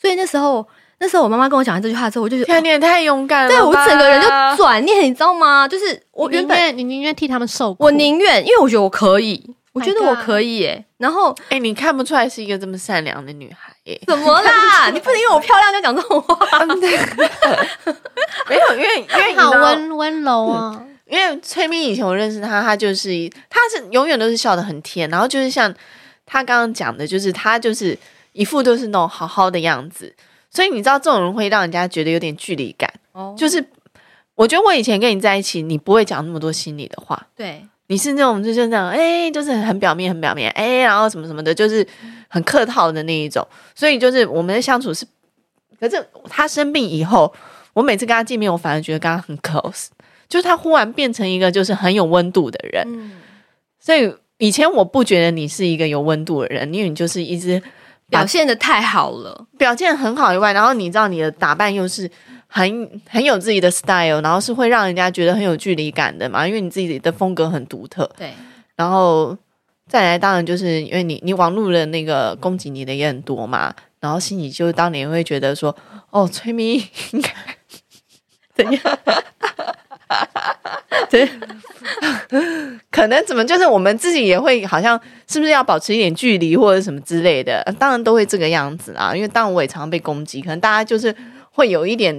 所以那时候，那时候我妈妈跟我讲完这句话之后，我就觉得，
天，你也太勇敢了吧！
对我整个人就转念，你知道吗？就是我
你
哦原
宁
本。
愿你宁愿替他们受苦，
我宁愿，因为我觉得我可以，我觉得
My
我
God
可以耶、然后、
哎、你看不出来是一个这么善良的女孩耶
怎么啦？你不能因为我漂亮就讲这种话。
嗯对没有，因为因为你知
好
道
温温柔哦。
因为崔咪以前我认识她，她就是一她是永远都是笑得很甜，然后就是像她刚刚讲的，就是她就是一副都是那种好好的样子，所以你知道这种人会让人家觉得有点距离感，
哦，
就是我觉得我以前跟你在一起，你不会讲那么多心里的话，
对，
你是那种就是那种哎、就是很表面很表面哎、然后什么什么的，就是很客套的那一种。所以就是我们的相处是，可是他生病以后，我每次跟他见面，我反而觉得跟他很 close，就是他忽然变成一个就是很有温度的人。
嗯，
所以以前我不觉得你是一个有温度的人，因为你就是一直
表现的太好了，
表现很好以外，然后你知道你的打扮又是很很有自己的 style，然后是会让人家觉得很有距离感的嘛，因为你自己的风格很独特。
对，
然后再来，当然就是因为你你网络的那个攻击你的也很多嘛，然后心里就当年会觉得说，哦，崔咪应该怎样？ 对， 可能怎么就是我们自己也会好像是不是要保持一点距离或者什么之类的，呃当然都会这个样子啦。因为当然我也常常被攻击，可能大家就是会有一点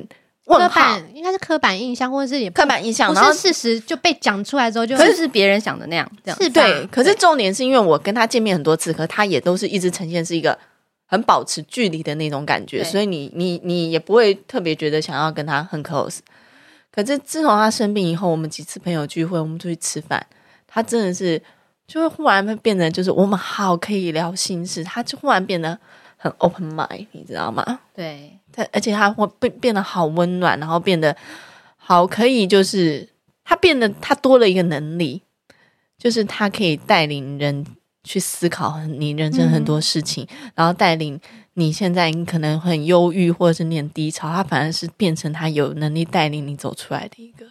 问
刻
号、
板应该是刻板印象，或者是也不
刻板印象，
不
然后
是事实就被讲出来之后就
可是是别人想的那样，这样
是吧
对，可是重点是因为我跟他见面很多次，可他也都是一直呈现是一个很保持距离的那种感觉，
对
所以你你你也不会特别觉得想要跟他很 close。可是自从他生病以后，我们几次朋友聚会，我们出去吃饭，他真的是就会忽然会变得就是我们好可以聊心事，他就忽然变得很 open mind，你知道吗？
对，
他而且他会变变得好温暖，然后变得好可以，就是他变得他多了一个能力，就是他可以带领人去思考你人生很
嗯
多事情，然后带领你现在你可能很忧郁或者是你很低潮，他反而是变成他有能力带领你走出来的一个，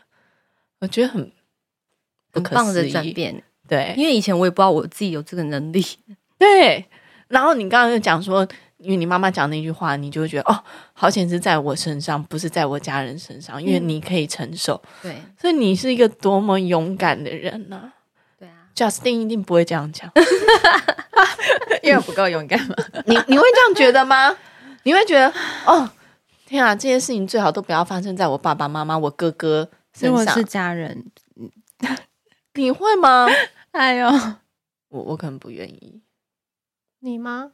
我觉得很不
很
可
棒
思
的
议
转，变。
对，
因为以前我也不知道我自己有这个能力，
对，然后你刚刚就讲说，因为你妈妈讲那句话，你就会觉得哦，好险是在我身上，不是在我家人身上，因为你可以承受，
对
所以你是一个多么勇敢的人呐、
对啊，
Justin 一定不会这样讲，因为不够勇敢嘛。 你你会这样觉得吗？你会觉得哦，天啊，这些事情最好都不要发生在我爸爸妈妈、我哥哥身
如果
上。
是家人，
你会吗？
哎 呦，
我我可能不愿意。
你吗？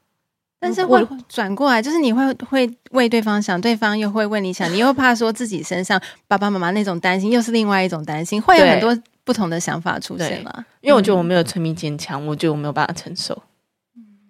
但是
我
会转过来，就是你会会为对方想，对方又会为你想，你又怕说自己身上爸爸妈妈那种担心，又是另外一种担心，会有
对
很多不同的想法出现啦。
因为我觉得我没有沉迷坚强，我觉得我没有办法承受。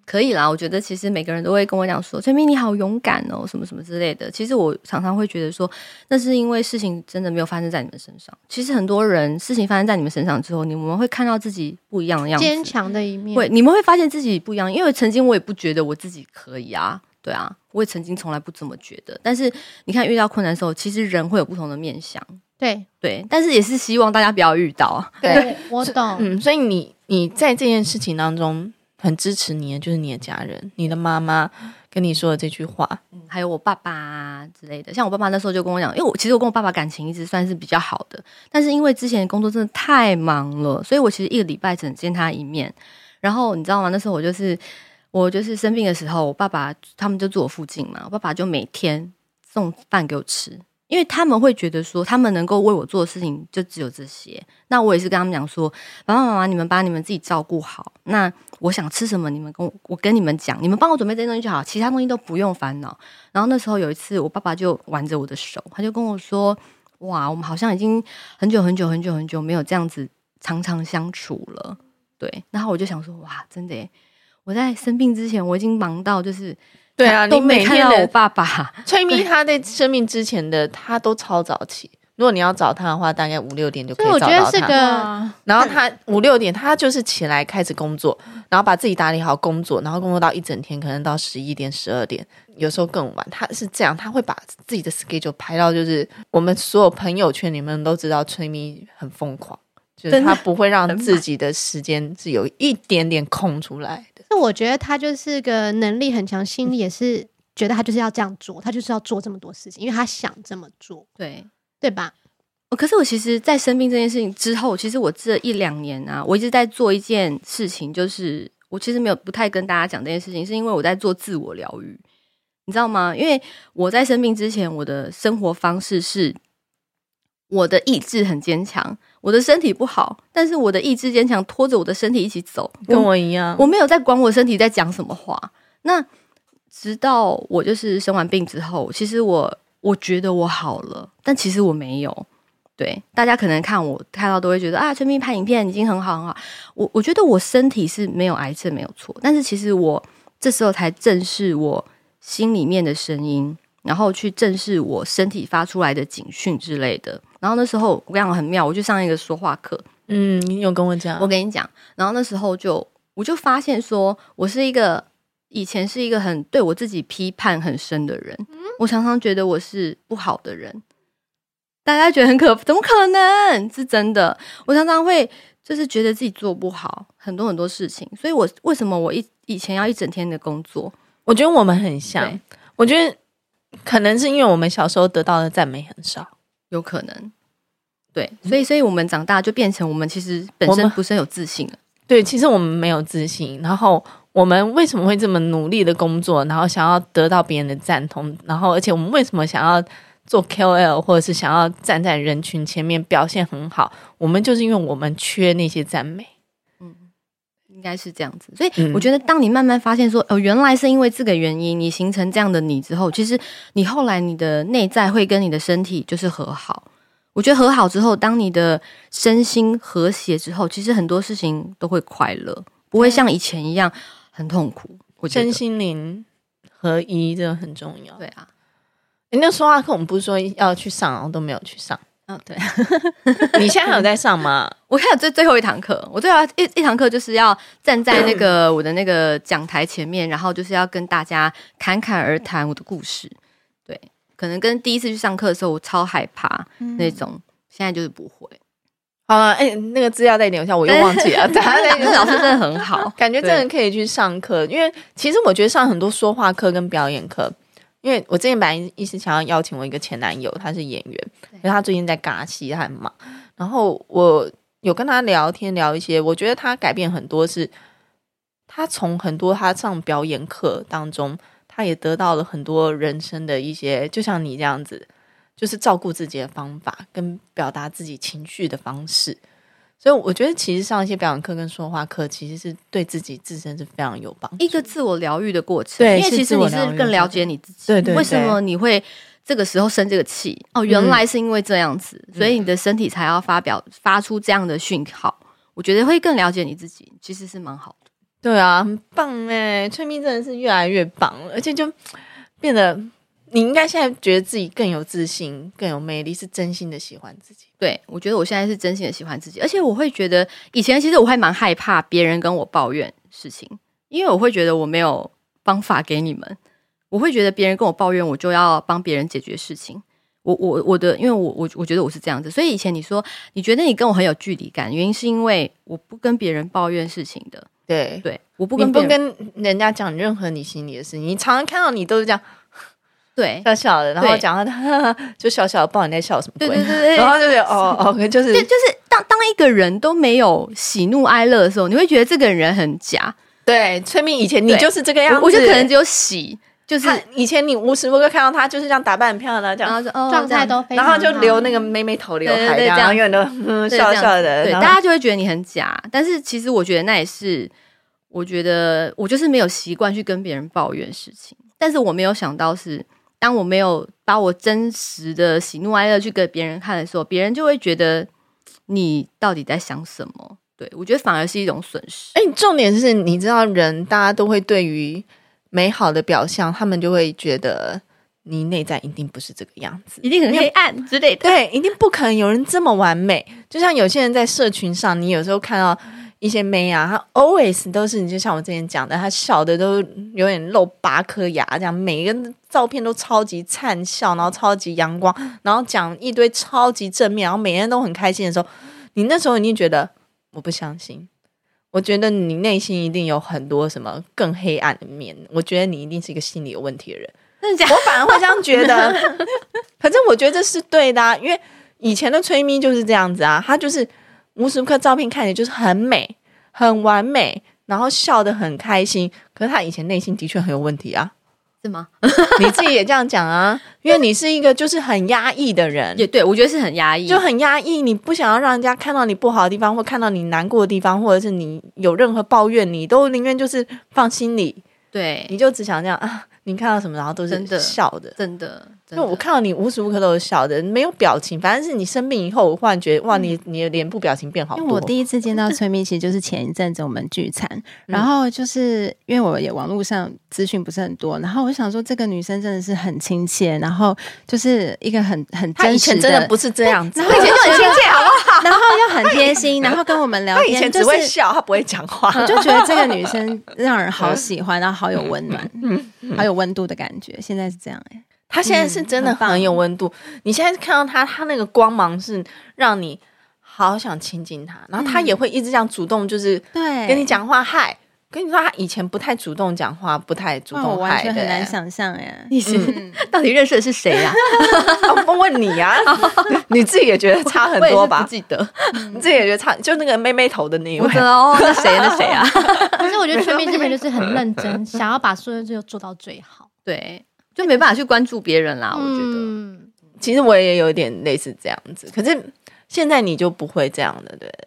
可以啦。我觉得其实每个人都会跟我讲说：“陈明你好勇敢哦，什么什么之类的。”其实我常常会觉得说，那是因为事情真的没有发生在你们身上。其实很多人事情发生在你们身上之后，你们会看到自己不一样的样子，
坚强的一面，
会，你们会发现自己不一样，因为曾经我也不觉得我自己可以啊，对啊，我也曾经从来不这么觉得。但是你看，遇到困难的时候，其实人会有不同的面相，
对
对，但是也是希望大家不要遇到啊。
对，
我我懂，
嗯，所以你你在这件事情当中很支持你的就是你的家人，你的妈妈跟你说的这句话，
还有我爸爸啊之类的，像我爸爸那时候就跟我讲，因为我其实我跟我爸爸感情一直算是比较好的，但是因为之前工作真的太忙了，所以我其实一个礼拜只能见他一面。然后你知道吗？那时候我就是我就是生病的时候，我爸爸他们就住我附近嘛，我爸爸就每天送饭给我吃，因为他们会觉得说他们能够为我做的事情就只有这些。那我也是跟他们讲说，爸爸妈妈你们把你们自己照顾好，那我想吃什么你们跟我我跟你们讲，你们帮我准备这些东西就好，其他东西都不用烦恼。然后那时候有一次，我爸爸就挽着我的手，他就跟我说：“哇，我们好像已经很久很久很久很久没有这样子常常相处了。”对，然后我就想说：“哇，真的耶！我在生病之前，我已经忙到就是
对啊，
都
你
没
每
看
天
到我
的
爸爸。
崔咪他在生病之前的他都超早起。如果你要找他的话，大概五六点就可
所以我
以
觉
找
得
到
是
他。
个
哇
然后他五六点，他就是起来开始工作，然后把自己打理好工作，然后工作到一整天，可能到十一点、十二点，有时候更晚。他是这样，他会把自己的 schedule 排到，就是我们所有朋友圈里面都知道崔咪很疯狂，就是
真的
他不会让
很
自己的时间是有一点点空出来的。
那我觉得他就是个能力很强，心里也是觉得他就是要这样做，他就是要做这么多事情，因为他想这么做，
对，
对吧？
哦可是我其实，在生病这件事情之后，其实我这一两年啊，我一直在做一件事情，就是我其实没有不太跟大家讲这件事情，是因为我在做自我疗愈，你知道吗？因为我在生病之前，我的生活方式是我的意志很坚强，我的身体不好，但是我的意志坚强，拖着我的身体一起走，
跟我一样，
我没有在管我身体在讲什么话。那直到我就是生完病之后，其实我我觉得我好了，但其实我没有。对，大家可能看我看到都会觉得啊，陈斌拍影片已经很好很好。我我觉得我身体是没有癌症没有错，但是其实我这时候才正视我心里面的声音，然后去正视我身体发出来的警讯之类的。然后那时候我跟你讲很妙，我去上一个说话课，
嗯，你有跟我讲，
我跟你讲，然后那时候就我就发现说，我是一个以前是一个很对我自己批判很深的人，
嗯
我常常觉得我是不好的人。大家觉得很可，怎么可能是真的？我常常会就是觉得自己做不好很多很多事情，所以我为什么我一以前要一整天的工作？
我觉得我们很像
对，
我觉得可能是因为我们小时候得到的赞美很少。
有可能，对，所以所以我们长大就变成我们其实本
嗯我
身
们
不是很有自信啊了，
对，其实我们没有自信，然后我们为什么会这么努力的工作，然后想要得到别人的赞同，然后而且我们为什么想要做 KOL 或者是想要站在人群前面表现很好，我们就是因为我们缺那些赞美。
应该是这样子。所以
嗯
我觉得，当你慢慢发现说，哦、原来是因为这个原因，你形成这样的你之后，其实你后来你的内在会跟你的身体就是和好。我觉得和好之后，当你的身心和谐之后，其实很多事情都会快乐，不会像以前一样很痛苦。我觉得
身心灵合一这个很重要。
对啊，
你那说话课我们不是说要去上，然啊后都没有去上。
嗯、对。
你现在还有在上吗？
我看最最后一堂课，我最后一一堂课就是要站在那 个我的那个讲台前面，然后就是要跟大家侃侃而谈我的故事。对，可能跟第一次去上课的时候，我超害怕
嗯
那
嗯
种，现在就是不会。
好了，哎、那个资料再留下，我又忘记 了。等下再
那老师真的
，
很好
感觉真的可以去上课，因为其实我觉得上很多说话课跟表演课，因为我之前本来一直想要邀请我一个前男友，他是演员，可是他最近在尬戏，他很忙。然后我有跟他聊天聊一些，我觉得他改变很多是，他从很多他上表演课当中，他也得到了很多人生的一些，就像你这样子，就是照顾自己的方法跟表达自己情绪的方式。所以我觉得，其实上一些表演课跟说话课，其实是对自己自身是非常有帮助。
一个自我疗愈的过程。
对
因为
是
其
自
实
我
你是
疗愈
更了解你自己，
对对对嗯
为什么你会这个时候生这个气？哦，原来是因为这样子，所以你的身体才要发表发出这样的讯号。我觉得会更了解你自己，其实是蛮好的。
对啊，很棒哎，翠蜜真的是越来越棒了，而且就变得你应该现在觉得自己更有自信、更有魅力，是真心的喜欢自己。
对，我觉得我现在是真心的喜欢自己，而且我会觉得以前其实我还蛮害怕别人跟我抱怨事情，因为我会觉得我没有方法给你们，我会觉得别人跟我抱怨，我就要帮别人解决事情。我我我的，因为我我我觉得我是这样子，所以以前你说你觉得你跟我很有距离感，原因是因为我不跟别人抱怨事情的，
对，
对，我不
你
跟
不
别人
跟人家讲任何你心里的事情，你常常看到你都是这样
对
笑笑的，然后
对
讲话呵呵 就笑笑的，不知道你在笑什么
对
鬼。
对对对，
然后就是哦哦，可就是
对，就是当当一个人都没有喜怒哀乐的时候，你会觉得这个人很假，
对，崔蜜以前你
对
就是这个样子，
我我就可能只有喜，就是
他以前你无时无刻看到他就是这样打扮很漂亮的这
然
样，
后说哦
状态
这样
都非
然
常
后就
好
留那个妹妹头刘
嗯对对
海这
对
样，
这
然后永
样
远都 嗯
对
笑
这样
笑的，
对，
然
大
后
家就会觉得你很假。但是其实我觉得那也是，我觉得我就是没有习惯去跟别人抱怨事情，但是我没有想到是，当我没有把我真实的喜怒哀乐去给别人看的时候，别人就会觉得你到底在想什么。对，我觉得反而是一种损失。
哎、重点是，你知道人大家都会对于美好的表象，他们就会觉得你内在一定不是这个样子。
一定很黑暗之类的，
对，一定不可能有人这么完美。就像有些人在社群上，你有时候看到一些妹啊，她 always 都是，你就像我之前讲的，她笑的都有点露八颗牙，这样每个照片都超级灿笑，然后超级阳光，然后讲一堆超级正面，然后每天都很开心的时候，你那时候一定觉得我不相信。我觉得你内心一定有很多什么更黑暗的面，我觉得你一定是一个心理有问题的人。
真的假
我反而会这样觉得。可是我觉得这是对的、啊，因为以前的崔咪就是这样子啊，她就是无时无刻照片看起来就是很美、很完美，然后笑得很开心。可是她以前内心的确很有问题 啊，
是吗？
你自己也这样讲啊，因为你是一个就是很压抑的人。
也对，我觉得是很压抑，
就很压抑，你不想要让人家看到你不好的地方，或看到你难过的地方，或者是你有任何抱怨，你都宁愿就是放心里，
对，
你就只想这样啊。你看到什么，然后都
哎真
是
的
笑的，
真的，真
就
的
我看到你无时无刻都有笑的，没有表情，反正是你生病以后，我忽然觉得哇，你你的脸部表情变好
因
多。嗯
为我第一次见到崔咪，其实就是前一阵子我们聚餐，然后就是因为我也网络上资讯不是很多，然后我就想说这个女生真的是很亲切，然后就是一个很很
他以
真
前
实
真的不是这样子，
然后以前就很亲切，好不好？然后又很 贴心，然后跟我们聊
他以前
天，就
只会
是
笑，他不会讲话。
我就觉得这个女生让人好喜欢，然后好有 温暖，
嗯
好有温度的感觉。现在是这样哎、
他现在是真的很有温度，你现在看到他，他那个光芒是让你好想亲近他，然后他也会一直这样主动，就是
对，
跟你讲话嗨。跟你说，他以前不太主动讲话，不太主
哇，哦我
动
完
嗨的。欸
全很难想象哎、
你是、到底认识的是谁 呀、
啊 问问你呀、你自己也觉得差很
我也是
多吧
不？记得，
你自己也觉得差，就那个妹妹头的那一
我
位
知。道哦，那谁那谁啊？
可是我觉得崔妹这边就是很认 真，想要把所有事都做到最好。
对，就没办法去关注别人啦。啊我觉得，
嗯，
其实我也有点类似这样子，可是现在你就不会这样的，对不对？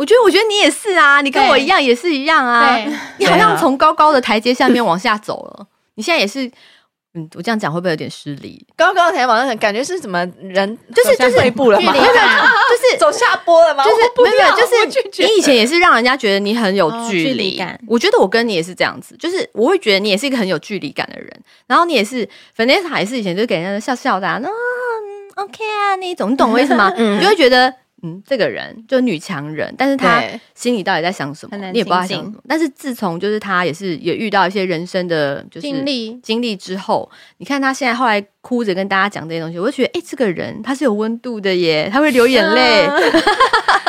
我觉得，我觉得你也是啊，你跟我一样，也是一样啊。
对，
你好像从高高的台阶下面往下走了，你现在也是嗯，我这样讲会不会有点失礼？
高高抬往上，感觉是怎么人
就是就是啊
退步 了
距
嘛，
离感，
就是
走下坡了吗？
就是
我不
没有没
要
有，就是
我拒绝
你以前也是让人家觉得你很有
哦
距
距
离
离感
我觉得我跟你也是这样子，就是我会觉得你也是一个很有距离感的人，然后你也是 Vanessa 也是以前就给人家笑笑的、啊，那、嗯 OK 啊那一种，你懂我意思吗？
嗯
你就会觉得。嗯，这个人就女强人，但是她
对
心里到底在想什么
很，难
你也不知道她
亲
想什
近
么。但是自从就是她也是也遇到一些人生的就是
经历
经历之后，你看他现在后来哭着跟大家讲这些东西，我就觉得，哎、这个人他是有温度的耶，他会流眼泪，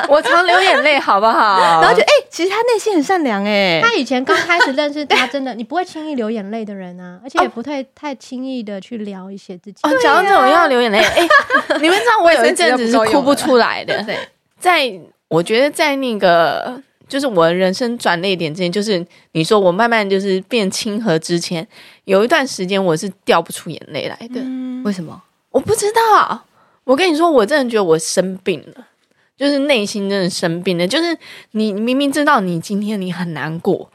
我常流眼泪，好不好？
然后就，哎、其实他内心很善良，哎，
他以前刚开始认识他，真的你不会轻易流眼泪的人啊，而且也不太太轻易的去聊一些自己。
哦，讲到这种又要流眼泪，哎，你们知道我有一阵子是哭不出来的，
对，
在我觉得在那个就是我人生转捩点之前，就是你说我慢慢就是变亲和之前，有一段时间我是掉不出眼泪来的，
为什么？
我不知道。我跟你说，我真的觉得我生病了，就是内心真的生病了。就是你明明知道你今天你很难过，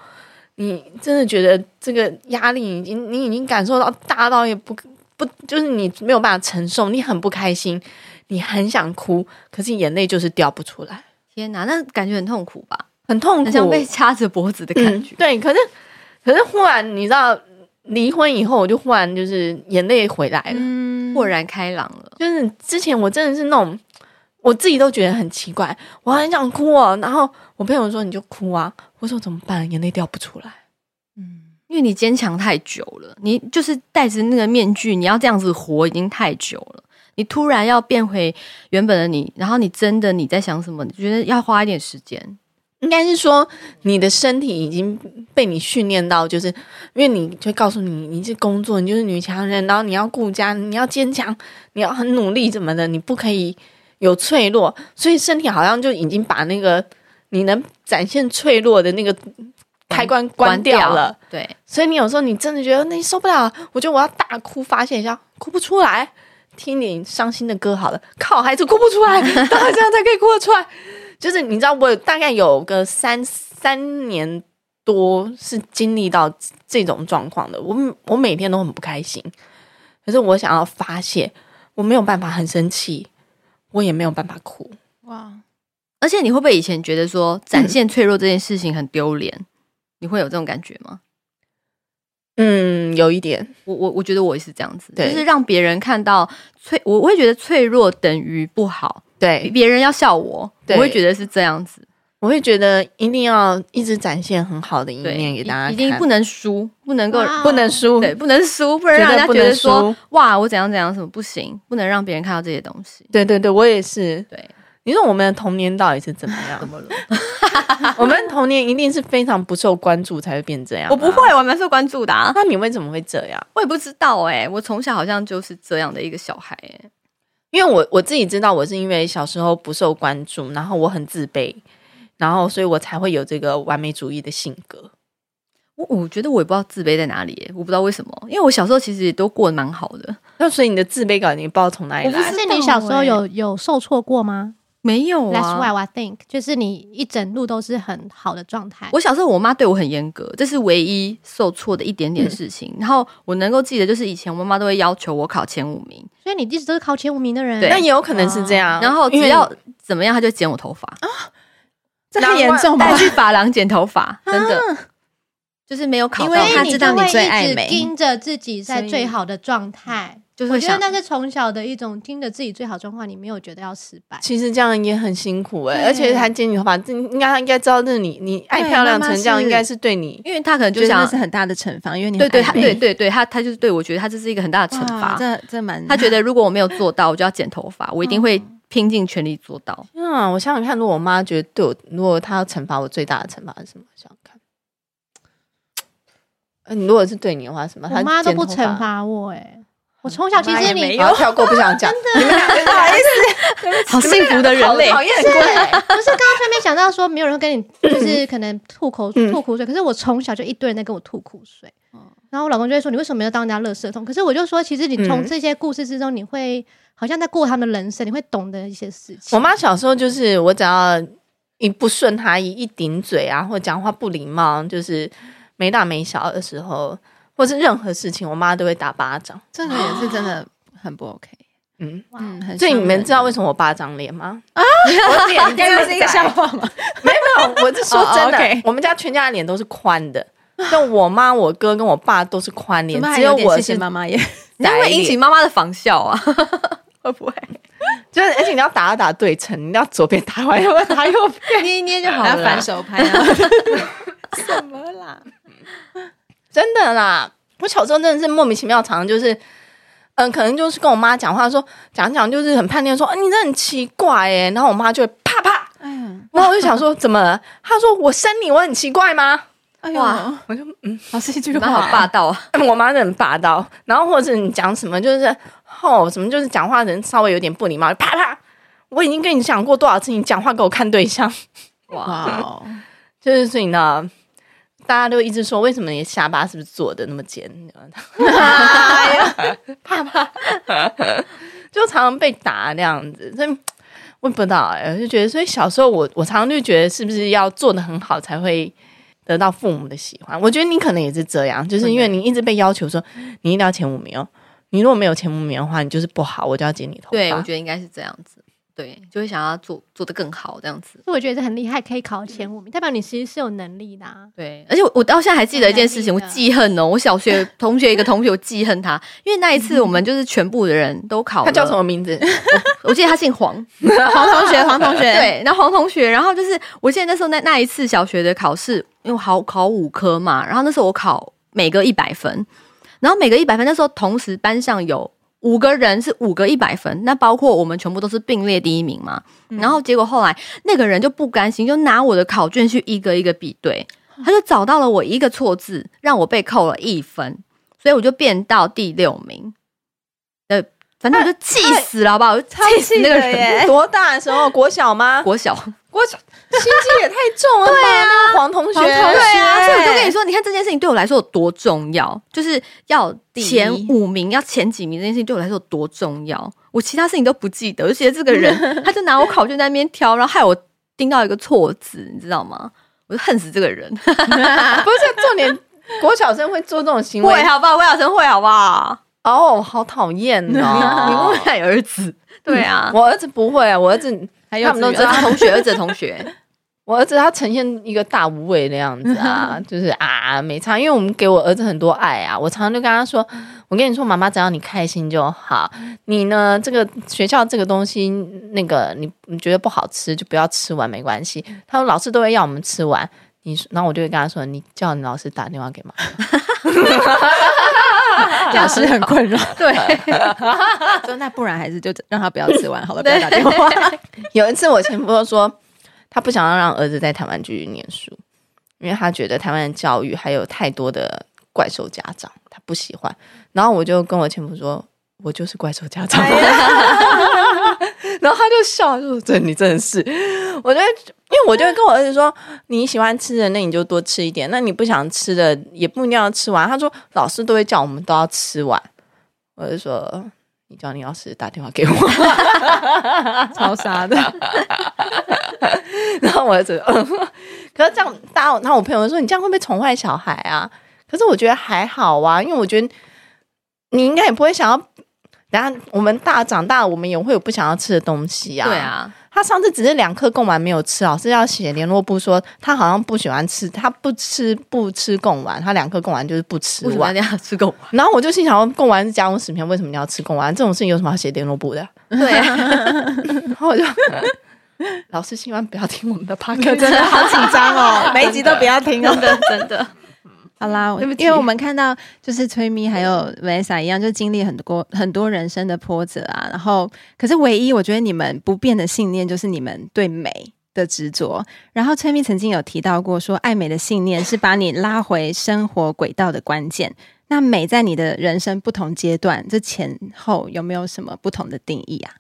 你真的觉得这个压力已经你已经感受到大到也不不，就是你没有办法承受，你很不开心，你很想哭，可是眼泪就是掉不出来，
天哪，那感觉很痛苦吧？
很痛苦，
很像被掐着脖子的感觉
嗯。对，可是可是忽然你知道离婚以后，我就忽然就是眼泪回来了。
嗯
豁然开朗了，
就是之前我真的是那种，我自己都觉得很奇怪，我很想哭哦。然后我朋友说你就哭啊，我说怎么办？眼泪掉不出来。
因为你坚强太久了，你就是戴着那个面具，你要这样子活已经太久了。你突然要变回原本的你，然后你真的你在想什么？你觉得要花一点时间，
应该是说你的身体已经被你训练到，就是因为你就告诉你，你是工作，你就是女强人，然后你要顾家，你要坚强，你要很努力，怎么的，你不可以有脆弱，所以身体好像就已经把那个你能展现脆弱的那个开关关掉了。。
对，
所以你有时候你真的觉得那你受不了，我觉得我要大哭发泄一下，哭不出来，听点伤心的歌好了。靠，还是哭不出来，到底这样才可以哭得出来？ 就是你知道，我有大概有个三三年多是经历到这种状况的。我我每天都很不开心，可是我想要发泄，我没有办法很生气，我也没有办法哭。嗯
哇，
而且你会不会以前觉得说展现脆弱这件事情很丢脸？你会有这种感觉吗？
嗯，有一点，
我我我觉得我也是这样子，就
对
是让别人看到脆，我我会觉得脆弱等于不好，
对
别人要笑我，我
对
会觉得是这样子，
我会觉得一定要一直展现很好的一
对，
嗯面给大家看，
一定不能输，不能够
哇
不能输，
对，不能输，不能让人家
绝对不
觉
能
得说
输
哇，我怎样怎样什么不行，不能让别人看到这些东西。
对对对，我也是。
对，
你说我们的童年到底是怎么
怎
样？
么了？
我们的童年一定是非常不受关注才会变这样、啊
我不会，，我蛮受关注的、啊，
那你为什么会这样？啊
我也不知道哎、我从小好像就是这样的一个小孩哎、
因为我我自己知道，我是因为小时候不受关注，然后我很自卑，然后所以我才会有这个完美主义的性格。
我我觉得我也不知道自卑在哪里耶，我不知道为什么，因为我小时候其实也都过得蛮好的，
那所以你的自卑感，你不知道从哪里
我不
来。
可是你小时候有有受挫过吗
没有
啊？That's why
啊。
I think，就是你一整路都是很好的状态。
我小时候我妈对我很严格，这是唯一受挫的一
嗯
点点事情。然后我能够记得，就是以前我妈妈都会要求我考前五名，
所以你一直都是考前五名的人。
对
那也有可能是这样。
然后只
啊因为
要怎么样，她就剪我头发，
这很严重吧
带？去发廊剪头发，真的就是没有考
因
到
为，
她知道
就
你
会
最爱
一直
美
盯着自己在
所以
最好的状态。
就是
我
会
觉得
想
那是从小的一种盯着自己最好状况，你没有觉得要失败。
其实这样也很辛苦哎、
对
而且还剪你头发，这应该应该知道，这是你你爱
对
漂亮
妈
成
妈
这样，
是
应该是对你
因为她可能
觉
就
得那
想
是很大的惩罚，因为你
对对，
很
她
爱
对
美
对对，她她就是对我觉得她这是一个很大的惩罚
哇，这这蛮
他觉得如果我没有做到，我就要剪头发，我一定会拼尽全力做到。
天啊，我想想看，如果我妈觉得对我，如果她要惩罚我，最大的惩罚是什么？想想看。呃，你如果是对你的话，什么？
我妈都不
她剪头
惩罚我、欸，哎，我从小其
妈
实
也
你
没
发。然后跳过不 想讲，你们两个不好意思，
好幸福的人类
好讨厌
是，不是 刚刚突然没想到说没有人会跟你就是 可能吐口吐苦水，可是我从小就一堆人在跟我吐苦水，然后我老公就会说你为什么要当人家垃圾桶？可是我就说其实你从
嗯
这些故事之中，你会好像在过他们的人生，你会懂得一些事 情。
我妈小时候就是，我只要一不顺她意，一顶嘴啊，或者讲话不礼貌，就是没大没小的时候，或是任何事情，我妈都会打巴掌。
这个也是真的很不 OK。
嗯，
哇，
嗯，很
所以你们知道为
什
什么我巴掌脸吗？ 啊，我 脸
这
这
个
么
是一个
窄
笑话 吗？
没有，我是说真
哦
的
，OK
我们家全家的脸都是宽的，就我妈、我哥跟我爸都是宽脸
怎么，还
只有
点
我
谢谢
是
妈妈耶。
你会不
窄
会引起
脸。
妈妈的仿效啊？会不会？
就是而且你要打要打对称，你要左边打完，要不然打右边。
捏一捏就好
还
了
要
啦。
反手拍啊？什么啦？
真的啦，我小时候真的是莫名其妙，常常就是。嗯，可能就是跟我妈讲话说讲讲，就是很叛逆地说，啊，你这很奇怪哎，然后我妈就会啪啪，
哎呀，
然后我就想说怎么了？她说我生你，我很奇怪吗？
哎呦，
哇
我就嗯，好戏剧
你妈
化，
好霸道啊！
我妈是很霸道，然后或者你讲什么就是哦，什么就是讲话人稍微有点不礼貌，啪啪！我已经跟你讲过多少次，你讲话给我看对象，
哇，
哇哦！
就是所以呢，大家都一直说为什么你的下巴是不是做的那么尖？ 啪啪，就常常被打那样子，所以我也不知道哎、我就觉得，所以小时候我我常常就觉得是不是要做的很好才会。得到父母的喜欢，我觉得你可能也是这样，就是因为你一直被要求说你一定要前五名哦，你如果没有前五名的话，你就是不好，我就要剪你头发。
对，我觉得应该是这样子。对，就会想要做做得更好这样子。
所以我觉得很厉害，可以考前五名，代表你其实是有能力的、啊。
对，而且我我到现在还记得一件事情，
很
我
啊
难避
记恨哦。我小学同学一个同学，我记恨他，因为那一 次我们就是全部的人都考了。
他叫什？么名字？
我记得他姓黄。
黄同学，黄同学，
对，那黄同学，然后就是我记得那时候那那一次小学的考试，因为我好考五科嘛，然后那时候我考每个一百分，然后每个一百分，那时候同时班上有五个人是五个一百分，那包括我们全部都是并列第一名嘛。然后结果后来那个人就不甘心，就拿我的考卷去一个一个比对，他就找到了我一个错字，让我被扣了一分，所以我就变到第六名。呃，反正我就气死了，好不好？我就气死那个人。
多大的时候？国小吗？
国小，
国小心机也太重了吧？对啊，那个黄同学，
对啊，
学
所以我就跟你说，你看这件事情对我来说有多重要，就是要前
第一
五名，要前几名这件事情对我来说有多重要。我其他事情都不记得，我就觉得这 个人他就拿我考卷在那边挑，然后害我盯到一个错字，你知道吗？我就恨死这 个人。
不是重点，国小生会做这种行为
会，好不好？魏小生会好不好？
哦，好讨厌
你
哦！
问下你儿子，对啊，
我儿子不会啊，我儿子
还
他们都
幼稚
知
园
道
儿子同学，儿子的 同学，
我儿子他呈现一个大无畏的样子啊，就是啊没差，因为我们给我儿子很多爱啊，我常常就跟他说，我跟你说，妈妈只要你开心就好，你呢这个学校这个东西，那个你你觉得不好吃就不要吃完没关系，他说老师都会要我们吃完。你说，然后我就会跟他说：“你叫你老师打电话给妈
老师很困扰，
对，
说那不然还是就让他不要吃完好了，不要打电话。
妈。” 有一次，我前夫就说他不想要让儿子在台湾继续念书，因为他觉得台湾的教育还有太多的怪兽家长，他不喜欢。然后我就跟我前夫说，我就是怪兽家长。 然后他就笑，就说：“这你真的是。”我就因为我就会跟我儿子说，你喜欢吃的那你就多吃一点，那你不想吃的也不一定要吃完。他说老师都会叫我们都要吃完，我就说。你叫你老师打电话给我，
超傻的，
然后我儿子，嗯，可是这样，大家，然后我朋友就说你这样会不会宠坏小孩啊？可是我觉得还好啊，因为我觉得你应该也不会想要。等下我们大长大，我们也会有不想要吃的东西啊。
对，啊，
他上次只是两颗贡丸没有吃，老师要写联络簿说他好像不喜欢吃，他不吃不吃贡丸，他两颗贡丸就是不吃
为什么要
完。
这样 吃狗？
然后我就心想说，贡丸是加工食品，为什么你要吃贡丸？这种事情有什么好写联络簿的？
对啊，
然后我就， 老师千万不要听我们的 p o d
真
c
的好紧张哦，每一集都不要听哦
真。的真的，
好啦，我
对不起
因为我们看到就是崔咪还有 Vanessa 一样，就经历很多很多人生的波折啊。然后，可是唯一我觉得你们不变的信念就是你们对美的执着。然后崔咪曾经有提到过说，爱美的信念是把你拉回生活轨道的关键。那美在你的人生不同阶段，这前后有没有什么不同的定义啊？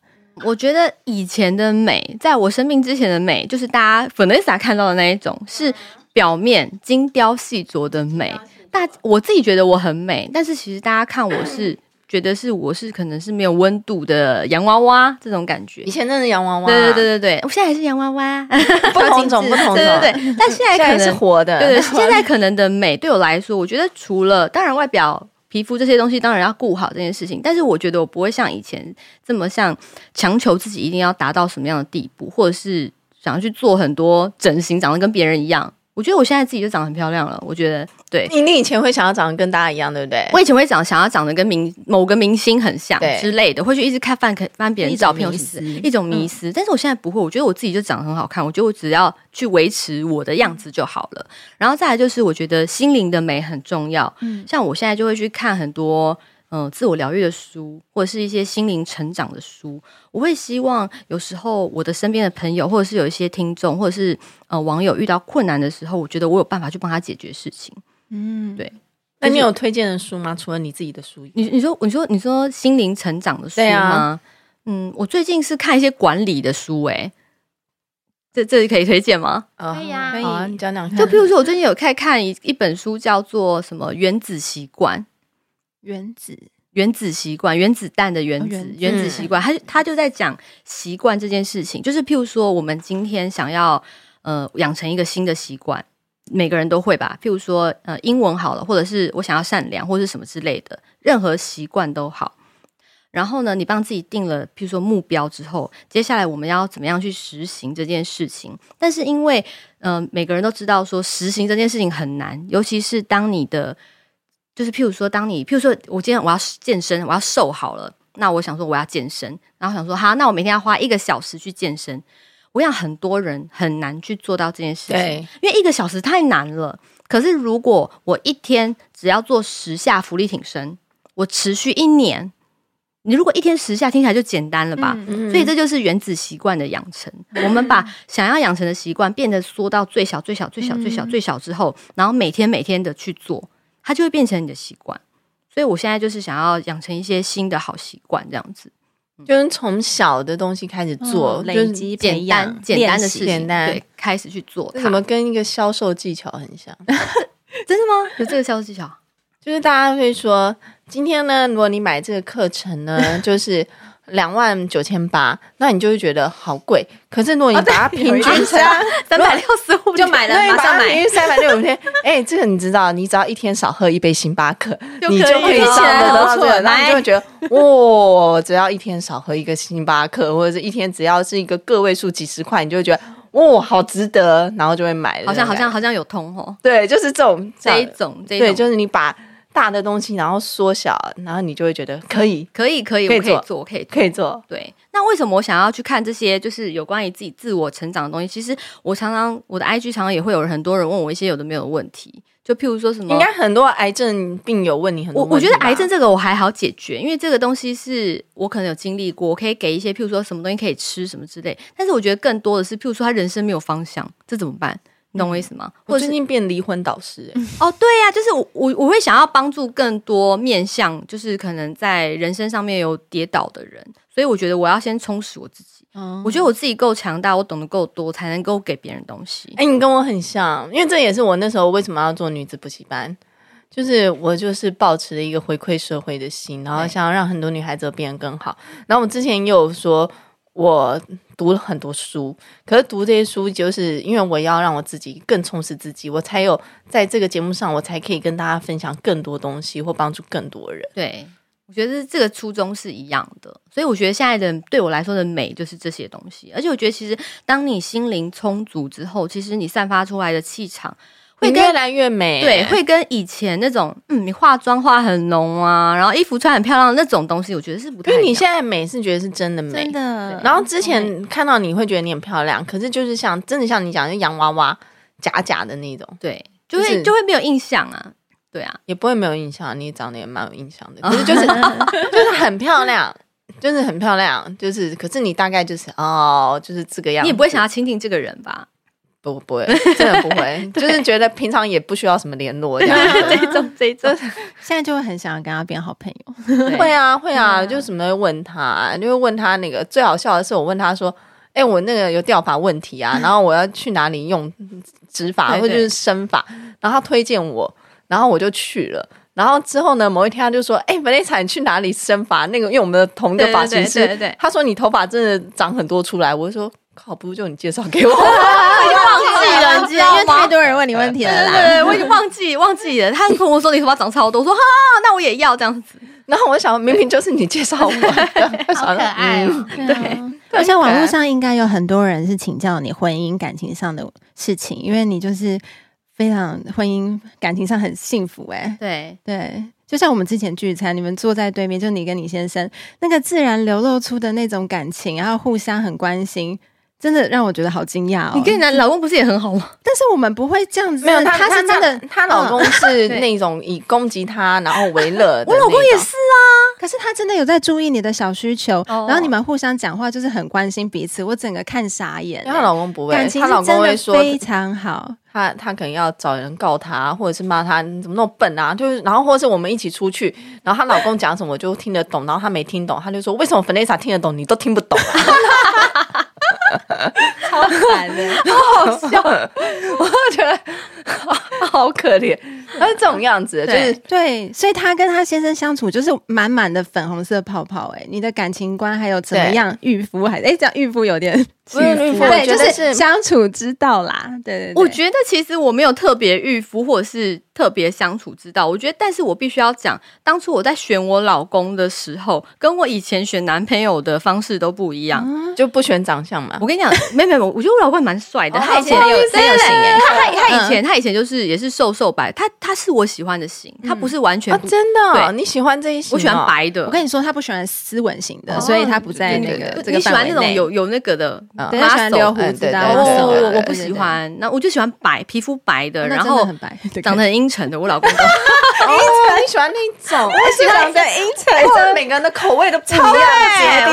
我觉得以前的美，在我生病之前的美，就是大家 Vanessa 看到的那一种，是表面精雕细琢的美。大我自己觉得我很美，但是其实大家看我是觉得是我是可能是没有温度的洋娃娃这种感觉
以。前真的洋娃娃，
对对对对对，我现在还是洋娃娃，
对，不同种不同种，
对对对，但现在
现在
可
是
能
活的，
对 对，现在可能的美对我来说，我觉得除了当然外表、皮肤这些东西，当然要顾好这件事情，但是我觉得我不会像以前这么像强求自己一定要达到什么样的地步，或者是想要去做很多整形，长得跟别人一样。我觉得我现在自己就长得很漂亮了，我觉得对。
你你以前会想要长得跟大家一样，对不对？
我以前会长想要长得跟明某个明星很像
对
之类的，会去一直看翻看翻别人照片，
一种迷思
一种迷思。但是我现在不会，我觉得我自己就长得很好看，我觉得我只要去维持我的样子就好了。然后再来就是，我觉得心灵的美很重要。
嗯
像我现在就会去看很多嗯、呃自我疗愈的书，或者是一些心灵成长的书。我会希望有时候我的身边的朋友，或者是有一些听众，或者是呃网友遇到困难的时候，我觉得我有办法去帮他解决事情。
嗯，
对
那你有推荐的书吗？除了你自己的书以外，
你你说你说你说心灵成长的书
对
吗？
啊
嗯，我最近是看一些管理的书、诶，这这里可以推荐 吗？
啊
可以啊
好好啊，
可以
你讲讲看，
就譬如说，我最近有在看一一本书，叫做什么《原子习惯》。
原子
原子习惯，原子弹的原
哦
子，
原子
原子
嗯
习惯，他他就在讲习惯这件事情，就是譬如说，我们今天想要呃养成一个新的习惯，每个人都会吧，譬如说呃英文好了，或者是我想要善良，或者是什么之类的，任何习惯都好。然后呢，你帮自己定了，譬如说目标之后，接下来我们要怎么样去实行这件事情？但是因为呃，每个人都知道说实行这件事情很难，尤其是当你的就是譬如说，当你譬如说我今天我要健身，我要瘦好了，那我想说我要健身，然后想说好，那我每天要花一个小时去健身。我想很多人很难去做到这件事情，
对
因为一个小时太难了。可是如果我一天只要做十下浮力挺身，我持续一年，你如果一天十下，听起来就简单了吧？
嗯，
所以这就是原子习惯的养成。我们把想要养成的习惯变得缩到最小、最小、最小、最小、最小之后，然后每天每天的去做，它就会变成你的习惯。所以我现在就是想要养成一些新的好习惯，这样子
就是从小的东西开始做，
嗯
就是
累积培
简
养
单简单的
练
事
习
情，
简单
对，开始去做
这
它。
怎么跟一个销售技巧很像？
真的吗？有这个销售技巧？
就是大家会说，今天呢，如果你买这个课程 呢，就是两万九千八，那你就会觉得好贵。可是如哦果你把它平 均下来，
三百六十五就买
对，
马上买。
三百六五 天。哎，这个你知道，你只要一天少喝一杯星巴克，
就可以
你就可以上得到这
了
个，然后你就会觉得，哇，只要一天少喝一个星巴克，或者是一天只要是一个个位数几十块，你就会觉得，哇，好值得，然后就会买了。
好像好像
好，
好像有通哦，
对，就是这种
这一种这一
对，
种
就是你把大的东西然后缩小，然后你就会觉得可以，
可以可以，
可以
我可以
做
做，我可以做
可以做。
对，那为什么我想要去看这些就是有关于自己自我成长的东西？其实我常常我的 IG 常常也会有很多人问我一些有的没有的问题，就譬如说什么
应该很多癌症病友问你很多
我
问题
我觉得
吧
癌症这个我还好解决，因为这个东西是我可能有经历过，我可以给一些譬如说什么东西可以吃什么之类。但是我觉得更多的是，譬如说他人生没有方向，这怎么办？你懂我意思吗？
我
或者
最
是
近变离婚导师、欸，
哦，对呀、就是我我我会想要帮助更多面向，就是可能在人生上面有跌倒的人，所以我觉得我要先充实我自己。
哦
我觉得我自己够强大，我懂得够多，才能够给别人东西。
哎、你跟我很像，因为这也是我那时候为什么要做女子补习班，就是我就是抱持了一个回馈社会的心，然后
对
想要让很多女孩子变得更好。然后我之前也有说，我读了很多书，可是读这些书，就是因为我要让我自己更充实自己，我才有在这个节目上，我才可以跟大家分享更多东西，或帮助更多人。
对，我觉得这个初衷是一样的，所以我觉得现在的对我来说的美就是这些东西。而且我觉得，其实当你心灵充足之后，其实你散发出来的气场会
会
跟
越来越美、
对，会跟以前那种嗯，你化妆化很浓啊，然后衣服穿很漂亮的那种东西，我觉得是不太
因
一样。
为你现在美是觉得是真的美，
真
嗯
的，
然后之前看到你会觉得你很漂亮，可是就是像真的像你讲，就洋娃娃假假的那种，
对，就
就
会
是
就会没有印象啊。对啊，
也不会没有印象。你长得也蛮有印象的，
哦
可是就是 就是很漂亮，就是很漂亮，就是可是你大概就是哦，就是这个样子。
你也不会想要亲近这个人吧？
不不会，真的不会，就是觉得平常也不需要什么联络 这样 子。
这种这种，
现在就会很想要跟他变好朋友。
对嗯
会啊会啊，就什么都问他，就会问他那个最好笑的是，我问他说：“哎、我那个有掉发问题 啊，然后我要去哪里用植发
对
或者
对
是生发？”然后他推荐我，然后我就去了。然后之后呢，某一天他就说：“哎、本蕾莎，你去哪里生发？那个，因为我们的同一个
对
发
对
型
对
师，
对对，
他说你头发真的长很多出来。”我就说：“靠，不如就你介绍给 我。”忘
记了你记得
因为太多人问你问题
对
了
对
啦。
对，我已经忘记忘记了。他跟我说你头发长超多，我说哈，那我也要这样子。
然后我想，明明就是你介绍我 的，
好可爱哦。
对啊，我想网络上应该有很多人是请教你婚姻感情上的事情，因为你就是非常婚姻感情上很幸福哎、
对，
对，就像我们之前聚餐，你们坐在对面，就你跟你先生，那个自然流露出的那种感情，然后互相很关心，真的让我觉得好惊讶哦。
你跟你的老公不是也很好吗？
但是我们不会这 样子，啊
没有，
他
她她
是真的，哦
她老公是
对
那种以攻击她然后为乐。
我老公也，是啊，
可是他真的有在注意你的小需求，
哦
然后你们互相讲话就是很关心彼此，我整个看傻眼、
因为她老公不会，
感情
她
是
老
真
公
的
会说
非常好，
她她可能要找人告她，或者是骂她你怎么那么笨啊？就是然后或者是我们一起出去，然后她老公讲什么我就听得懂，然后她没听懂，她就说为什么 f e n e s a 听得懂你都听不懂、 啊？
超 惨的。
我就觉得好好可 怜，她是这种样子的，就是
对
对，所以他跟他先生相处就是满满的粉红色泡泡、哎，你的感情观还有怎么样御夫还，哎、这样御夫有点
不是
起
御夫
伏对，
我
就
觉得是
相处之道啦，对对对，
我觉得其实我没有特别预服或者是特别相处之道，我觉得，但是我必须要讲，当初我在选我老公的时候，跟我以前选男朋友的方式都不一样。
就不选长相嘛
我。跟你讲，没没没，我觉得我老公蛮帅的，
哦
他以前
不好
有
意思
很有型哎，他他他以
嗯
前他以前就是也是瘦瘦白，他他是我喜欢的型，他不是完全
啊，
不，
真的哦、
对
你喜欢这一型、
嗯我喜欢。白的
我，跟你说，他不喜欢斯文型的，
哦
所以他不在那
对
个
对
这
你
个
喜
范
欢
围
那种
内。
有有那个的
嗯
对他喜欢留
muscle
胡子的
哎
啊，
对对对
什么
对
的
对
哦，我
对
我不喜，欢，那我就喜欢白皮肤白的，
对对对
然
那真的
后
很白，对
长得很阴沉的，我老公 都
哦，你喜欢那种？我喜欢的阴沉，真的每个人的口味都不一样。
对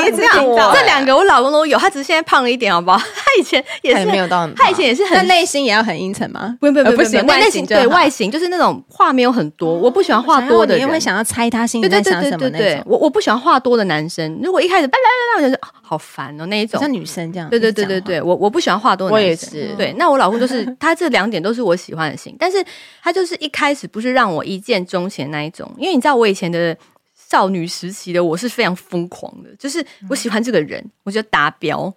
我第一次听到欸
这两个欸我老公都有，他只是现在胖了一点，好不好？ 他以前也
他也没
是，
有到很
他以前也是
那
很。
内心也要很阴沉吗？
不不
呃
不
不行
那
外
那
形
形
就好
对外形就是那哦种话没有很多，我不喜欢话多的
然后你也会
人。
想要猜他心里
对对
在
对
想
对
什么
对
那
对
种，，
我我不喜欢话多的男生。如果一开始叭叭叭叭，我就觉得哦好烦哦那一
好
种。
像女生这样。
对对对对
一直讲话，
对，我我不喜欢话多的
我
男
也
生。
是
对，那我老公就是他这两点都是我喜欢的型，但是他就是一开始不是让我一见钟情那一种，因为你知道我以前的少女时期的我是非常疯狂的，就是我喜欢这个人，我就达标。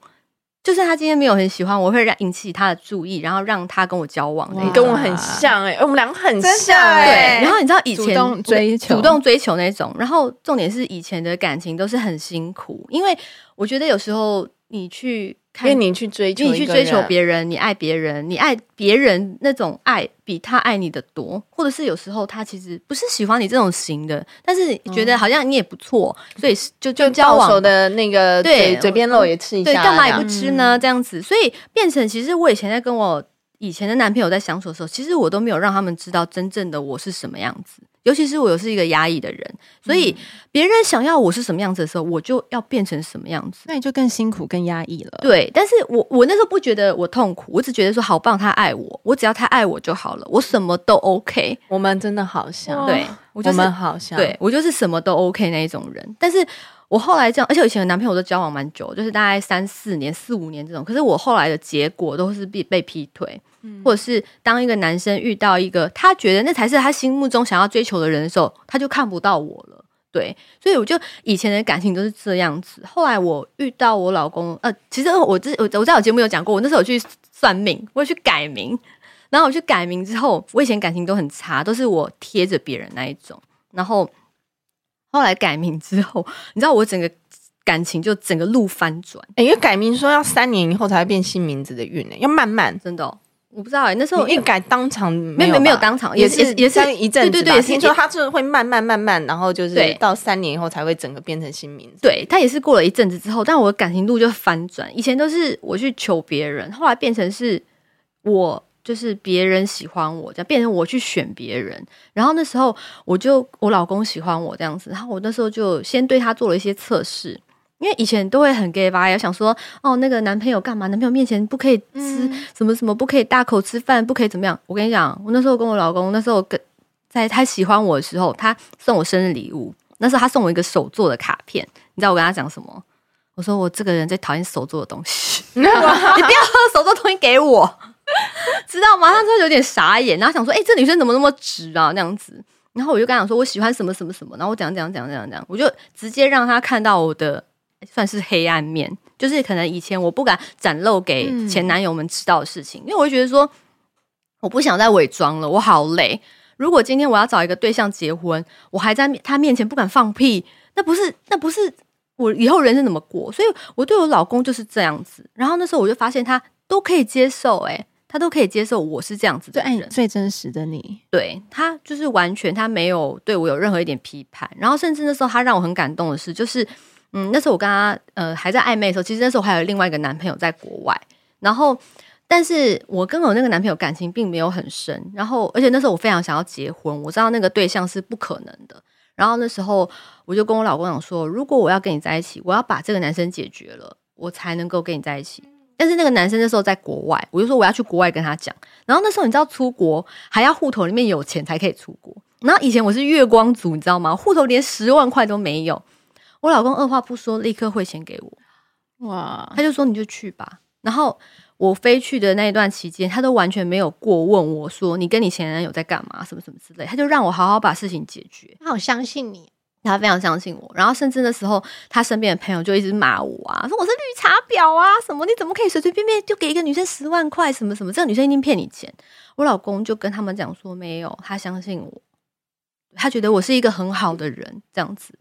就算他今天没有很喜欢，我会让引起他的注意，然后让他跟我交往那
哇
你
种。
跟我很像哎、我们两个很像
对
哎、，
然后你知道以前
主动追求
主动追求那种，然后重点是以前的感情都是很辛苦，因为我觉得有时候你去
因
看
为你去追求，
因为你去追求，别人，你爱别人，你爱别人那种爱比他爱你的多，或者是有时候他其实不是喜欢你这种型的，但是觉得好像你也不错，所以就就
嗯就
交
到
往
手
吧。
的那个
对
嘴嘴边肉也吃一下，
对，干嘛也
这
不
样
吃呢？这样子，所以变成其实我以前在跟我以前的男朋友在相处的时候，其实我都没有让他们知道真正的我是什么样子。尤其是我又是一个压抑的人，所以别人想要我是什么样子的时候，我就要变成什么样子。
那你就更辛苦、更压抑了。
对，但是我我那时候不觉得我痛苦，我只觉得说好棒，他爱我，我只要他爱我就好了，我什么都 OK
我们真的好像，
哇
对。我
我
就是
们好像，
对，我就是什么都 OK 那一种人。但是我后来这样，而且我以前的男朋友都交往蛮久，就是大概三四年、四五年这种。可是我后来的结果都是被被劈腿，或者是当一个男生遇到一个他觉得那才是他心目中想要追求的人的时候，他就看不到我了。对，所以我就以前的感情都是这样子。后来我遇到我老公，呃，其实我之我我在我节目有讲过，我那时候有去算命，我有去改名，然后我去改名之后，我以前感情都很差，都是我贴着别人那一种。然后后来改名之后，你知道我整个感情就整个路翻转，
哎，因为改名说要三年以后才会变新名字的运呢、要慢慢。
真的哦、我不知道哎、那时候
你一改当场没
没
有
有没有
吧
当场，
也
也
是
是也是
三一阵子吧，
对对对，也是
听说他是会慢慢慢慢，然后就是
对
到三年以后才会整个变成新名字。
对他也是过了一阵子之后，但我的感情路就翻转。以前都是我去求别人，后来变成是我就是别人喜欢我，这样变成我去选别人。然后那时候我就我老公喜欢我这样子，然后我那时候就先对他做了一些测试。因为以前都会很 gay 吧，想说哦，那个男朋友干嘛？男朋友面前不可以吃什么什么，不可以大口吃饭，不可以怎么样？我跟你讲，我那时候跟我老公，那时候跟在他喜欢我的时候，他送我生日礼物，那时候他送我一个手做的卡片，你知道我跟他讲什么？我说我这个人最讨厌手做的东西， 你不要手做东西给 我，知道吗？他就有点傻眼，然后想说，哎、这女生怎么那么直啊？那样子，然后我就跟他讲说，我喜欢什么什么什么，然后我讲讲讲讲讲，我就直接让他看到我的算是黑暗面，就是可能以前我不敢展露给
嗯
前男友们知道的事情，因为我会觉得说，我不想再伪装了，我好累。如果今天我要找一个对象结婚，我还在他面前不敢放屁，那不是那不是我以后人生怎么过？所以我对我老公就是这样子。然后那时候我就发现他都可以接受、欸，他都可以接受我是这样子
最
的
爱
哎
人
你，最真实的你，
对他就是完全他没有对我有任何一点批判，然后甚至那时候他让我很感动的是，就是嗯，那时候我跟他呃还在暧昧的时候，其实那时候还有另外一个男朋友在国外，然后但是我跟我那个男朋友感情并没有很深，然后而且那时候我非常想要结婚，我知道那个对象是不可能的，然后那时候我就跟我老公讲说，如果我要跟你在一起，我要把这个男生解决了，我才能够跟你在一起。但是那个男生那时候在国外，我就说我要去国外跟他讲。然后那时候你知道出国还要户头里面有钱才可以出国。然后以前我是月光族，你知道吗？户头连十万块都没有。我老公二话不说，立刻汇钱给我。
哇
他就说你就去吧。然后我飞去的那一段期间，他都完全没有过问我说你跟你前男友在干嘛，什么什么之类。他就让我好好把事情解决。
他好相信你，
他非常相信我，然后甚至那时候他身边的朋友就一直骂我啊，说我是绿茶婊啊，什么你怎么可以随随便便就给一个女生十万块，什么什么，这个女生一定骗你钱。我老公就跟他们讲说没有，他相信我，他觉得我是一个很好的人，这样子。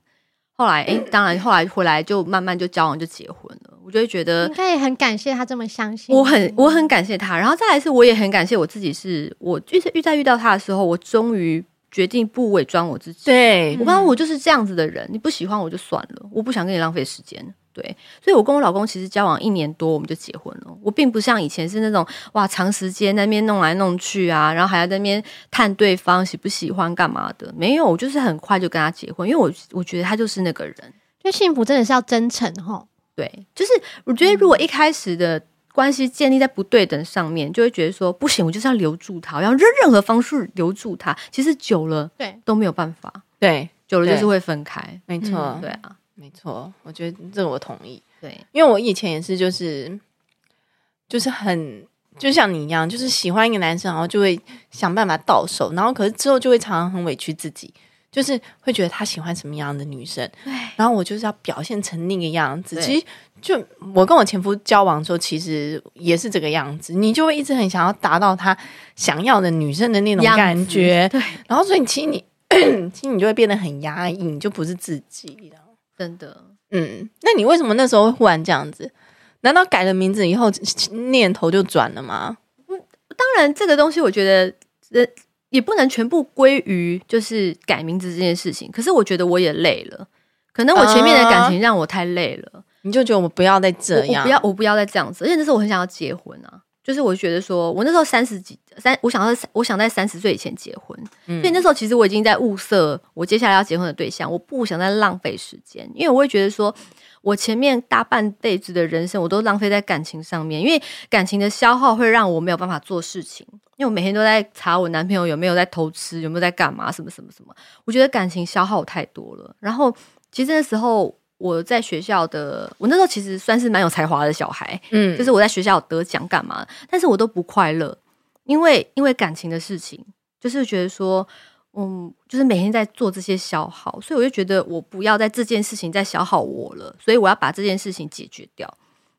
后来，诶，当然后来回来就慢慢就交往就结婚了，我就会觉得
应该也很感谢他这么相信你。哦
呃我很我很感谢他，然后再来是我也很感谢我自己是，我遇遇在遇到他的时候，我终于决定不伪装我自己。
对
我不知道我就是这样子的人，你不喜欢我就算了，我不想跟你浪费时间。对，所以我跟我老公其实交往一年多，我们就结婚了。我并不像以前是那种哇长时间在那边弄来弄去啊，然后还要在那边探对方喜不喜欢干嘛的，没有，我就是很快就跟他结婚，因为我我觉得他就是那个人。
就幸福真的是要真诚哦吼，
对，就是我觉得如
嗯
果一开始的关系建立在不对等上面，就会觉得说不行，我就是要留住他，我要任任何方式留住他。其实久了
对，
都没有办法，
对，
久了就是
对
会分开。
没错，
嗯，对啊，
没错，我觉得这个我同意，
对，
因为我以前也是，就是就是很。就像你一样，就是喜欢一个男生，然后就会想办法到手，然后可是之后就会常常很委屈自己，就是会觉得他喜欢什么样的女生，然后我就是要表现成那个样子。
对
其实就我跟我前夫交往的时候，其实也是这个样子，你就会一直很想要达到他想要的女生的那种
样子
感觉，
对，
然后所以你其实你 其实你就会变得很压抑，你就不是自己。
真的。
嗯，那你为什么那时候会忽然这样子？难道改了名字以后念头就转了吗？
当然，这个东西我觉得，呃，也不能全部归于就是改名字这件事情。可是我觉得我也累了，可能我前面的
啊
感情让我太累了。
你就觉得我不要再这
我我
样，
不要，我不要再这样子。而且那时候我很想要结婚啊，就是我觉得说，我那时候三十几三，我想要在我想在三十岁以前结婚，
嗯
所以那时候其实我已经在物色我接下来要结婚的对象，我不想再浪费时间，因为我会觉得说。我前面大半辈子的人生，我都浪费在感情上面，因为感情的消耗会让我没有办法做事情，因为我每天都在查我男朋友有没有在偷吃，有没有在干嘛，什么什么什么。我觉得感情消耗太多了。然后其实那时候我在学校的，我那时候其实算是蛮有才华的小孩，
嗯，
就是我在学校有得奖干嘛，但是我都不快乐，因为因为感情的事情，就是觉得说。嗯，就是每天在做这些消耗，所以我就觉得我不要在这件事情再消耗我了，所以我要把这件事情解决掉。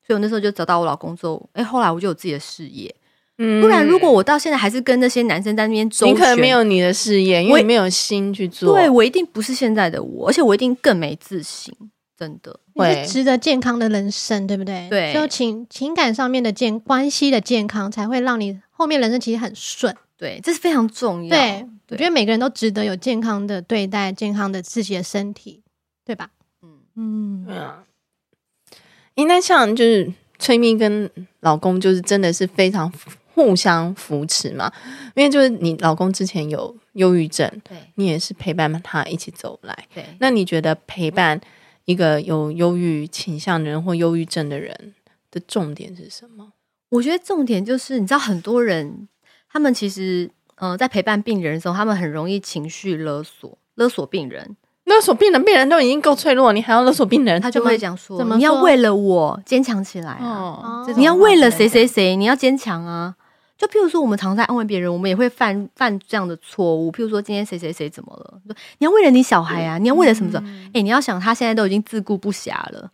所以我那时候就找到我老公之后，哎、后来我就有自己的事业。
嗯
不然如果我到现在还是跟那些男生在那边周旋，
你可能没有你的事业，因
我
为
也
你没有心去做，
对我一定不是现在的我，而且我一定更没自信，真的。
会
你是值得健康的人生，对不对？
对
就情情感上面的健关系的健康，才会让你后面人生其实很顺。
对，这是非常重要。
对，我
对
觉得每个人都值得有健康的对待，健康的自己的身体，对吧？
嗯，
嗯，
嗯，应该像就是崔咪跟老公就是真的是非常互相扶持嘛，因为就是你老公之前有忧郁症，
对
你也是陪伴他一起走来。
对，
那你觉得陪伴一个有忧郁倾向的人或忧郁症的人的重点是什么？
我觉得重点就是，你知道很多人他们其实嗯、呃在陪伴病人的时候，他们很容易情绪勒索，勒索病人，
勒索病人，病人都已经够脆弱，你还要勒索病人？
他就会讲说：“
怎么
你要
说
为了我坚强起来、啊。
哦
哦
这种
你要为了谁
话真的
谁谁，你要坚强啊！就譬如说，我们常在安慰别人，我们也会犯犯这样的错误。譬如说，今天谁谁谁怎么了？你说你要为了你小孩啊，你要为了什么什么？
嗯
哎、你要想他现在都已经自顾不暇了，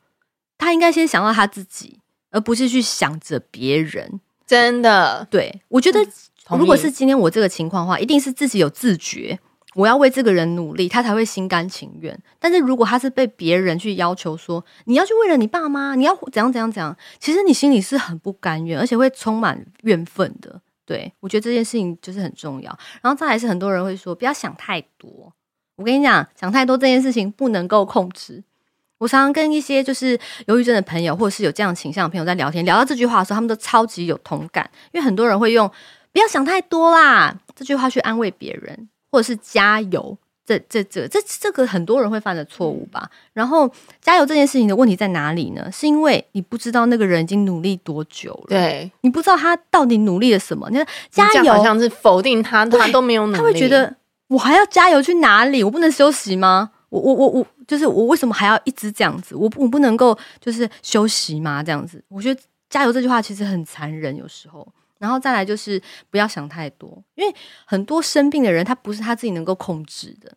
他应该先想到他自己，而不是去想着别人。
真的，嗯
对我觉得，
同意
如果是今天我这个情况的话，一定是自己有自觉，我要为这个人努力，他才会心甘情愿。但是如果他是被别人去要求说你要去为了你爸妈，你要怎样怎样怎样，其实你心里是很不甘愿，而且会充满怨愤的。对我觉得这件事情就是很重要。然后再来是很多人会说不要想太多，我跟你讲，想太多这件事情不能够控制。我常常跟一些就是忧郁症的朋友，或者是有这样倾向的朋友在聊天，聊到这句话的时候，他们都超级有同感，因为很多人会用“不要想太多啦”这句话去安慰别人，或者是加油。这这这这这个很多人会犯的错误
嗯
吧。然后加油这件事情的问题在哪里呢？是因为你不知道那个人已经努力多久了，
对，
你不知道他到底努力了什么。你看加
你这样
油
好，像是否定 他，他
对
都没有努力，
他会觉得我还要加油去哪里？我不能休息吗？我我我我，就是我为什么还要一直这样子？我不我不能够就是休息吗？这样子，我觉得加油这句话其实很残忍，有时候。然后再来就是不要想太多，因为很多生病的人他不是他自己能够控制的，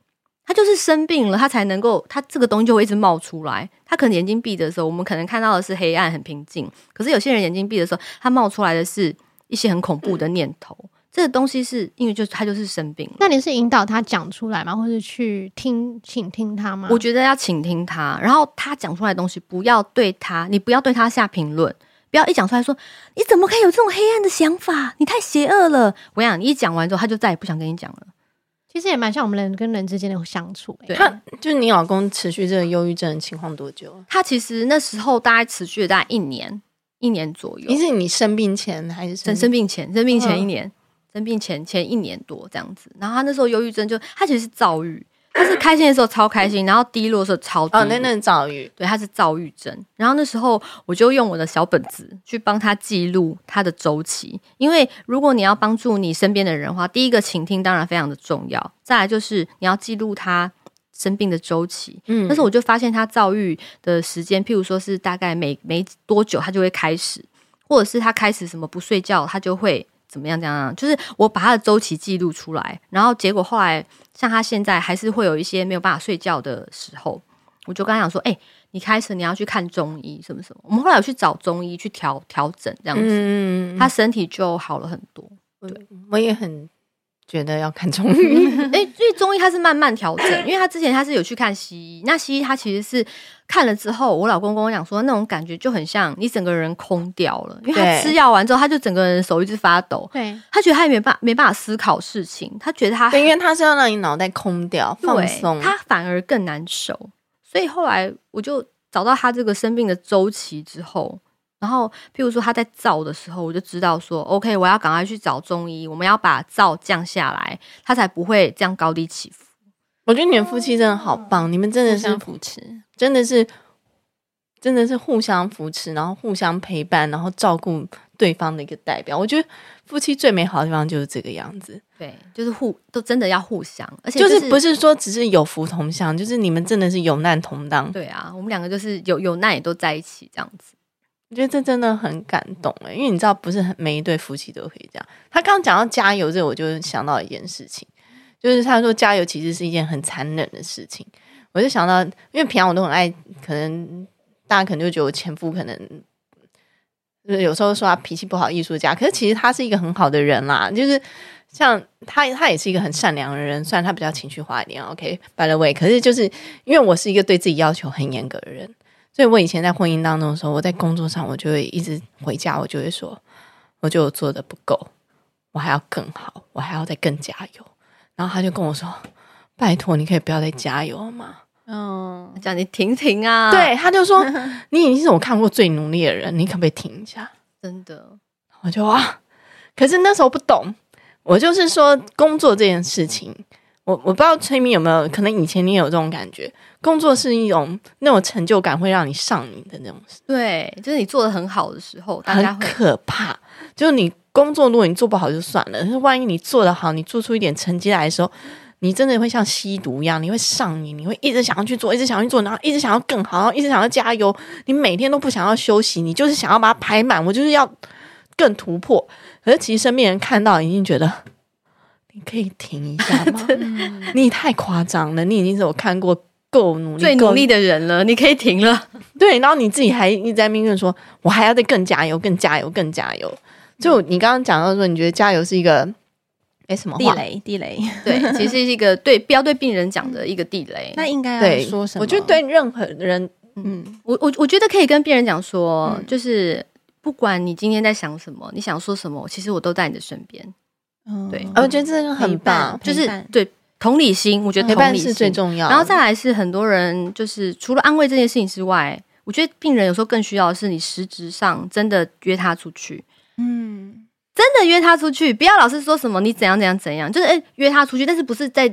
他就是生病了，他才能够他这个东西就会一直冒出来。他可能眼睛闭着的时候，我们可能看到的是黑暗很平静，可是有些人眼睛闭的时候，他冒出来的是一些很恐怖的念头。这个东西是因为就是他就是生病了。
那你是引导他讲出来吗？或者去听，请听他吗？
我觉得要倾听他，然后他讲出来的东西，不要对他，你不要对他下评论，不要一讲出来说你怎么可以有这种黑暗的想法，你太邪恶了。我跟你讲，你一讲完之后，他就再也不想跟你讲了。
其实也蛮像我们人跟人之间的相处、欸。
对
他就是你老公持续这个忧郁症的情况多久了？
他其实那时候大概持续了大概一年，一年左右
你。是你生病前还是
生
生
生病前，生病前一
嗯
年，生病前前一年多这样子。然后他那时候忧郁症就，他其实是躁郁，他是开心的时候超开心，然后低落的时候超低
哦，
落。
那那遭遇
对，他是躁郁症。然后那时候我就用我的小本子去帮他记录他的周期，因为如果你要帮助你身边的人的话，第一个倾听当然非常的重要，再来就是你要记录他生病的周期。
嗯
但是我就发现他躁郁的时间，譬如说是大概每每多久他就会开始，或者是他开始什么不睡觉，他就会怎么样怎样怎样，就是我把他的周期记录出来，然后结果后来像他现在还是会有一些没有办法睡觉的时候，我就跟他讲说，哎、你开始你要去看中医什么什么，我们后来有去找中医去调调整这样子，
嗯，
他身体就好了很多。
我也很觉得要看中 医，
哎、所以中医他是慢慢调整，因为他之前他是有去看西医，那西医他其实是看了之后，我老公跟我讲说，那种感觉就很像你整个人空掉了，因为他
对
吃药完之后，他就整个人手一直发抖，
对，
他觉得他也没办没办法思考事情，他觉得他
对，因为他是要让你脑袋空掉、放
对
松。
他反而更难受。所以后来我就找到他这个生病的周期之后，然后譬如说他在燥的时候，我就知道说，OK，我要赶快去找中医，我们要把燥降下来，他才不会这样高低起伏。
我觉得你们夫妻真的好棒，你们真的
嗯互
是
相扶持。
真的是真的是互相扶持，然后互相陪伴，然后照顾对方的一个代表。我觉得夫妻最美好的地方就是这个样子，
对，就是互都真的要互相，而且
就是
是
不是说只是有福同享，就是你们真的是有难同当。
对啊，我们两个就是有有难也都在一起这样子。
我觉得这真的很感动哎、因为你知道，不是很每一对夫妻都可以这样。他刚刚讲到加油这个，我就想到一件事情，就是他说加油其实是一件很残忍的事情。我就想到，因为平常我都很爱，可能大家可能就觉得我前夫可能就是有时候说他啊脾气不好，艺术家，可是其实他是一个很好的人啦，就是。像他，他也是一个很善良的人，虽然他比较情绪化一点，OK，by、the way，可是就是因为我是一个对自己要求很严格的人，所以我以前在婚姻当中的时候，我在工作上，我就会一直回家，我就会说，我觉得我做的不够，我还要更好，我还要再更加油。然后他就跟我说：“拜托，你可以不要再加油了吗
嗯，
这样你停停啊，？”，
哦对，他就说：“你已经是我看过最努力的人，你可不可以停一下
真的，？”
我就啊，可是那时候不懂，我就是说工作这件事情，我我不知道崔明有没有，可能以前你也有这种感觉，工作是一种那种成就感会让你上瘾的那种
对，就是你做的很好的时候，大家
很
会
可怕。就是你工作，如果你做不好就算了，但是万一你做得好，你做出一点成绩来的时候，你真的会像吸毒一样，你会上瘾，你会一直想要去做，一直想要去做，然后一直想要更好，然后一直想要加油，你每天都不想要休息，你就是想要把它排满，我就是要更突破。可是其实身边人看到，一定 觉得你可以停一下吗？你太夸张了，你已经是我看过够努力、
最努
够
力的人了，你可以停 了。
对，然后你自己还一直在命运说，我还要再更加油、更加油、更加油。就你刚刚讲到说，你觉得加油是一个哎什么
地
话？
雷，地雷，
对，其实是一个对不要对病人讲的一个地雷。
那应该
对
要说什，么？
我觉得，对任何人，
嗯，
我我我觉得可以跟病人讲说，
嗯
就是不管你今天在想什么，你想说什么，其实我都在你的身边。
嗯
对
呃我觉得这个很
陪伴
棒，
就
陪
是
伴
对同理心，我觉得
陪
同
伴
理
是最
心。
重要。
然后再来是很多人就是除了安慰这件事情之外，我觉得病人有时候更需要的是你实质上真的约他出去，
嗯，
真的约他出去，不要老是说什么你怎样怎样怎样，就是哎、约他出去，但是不是在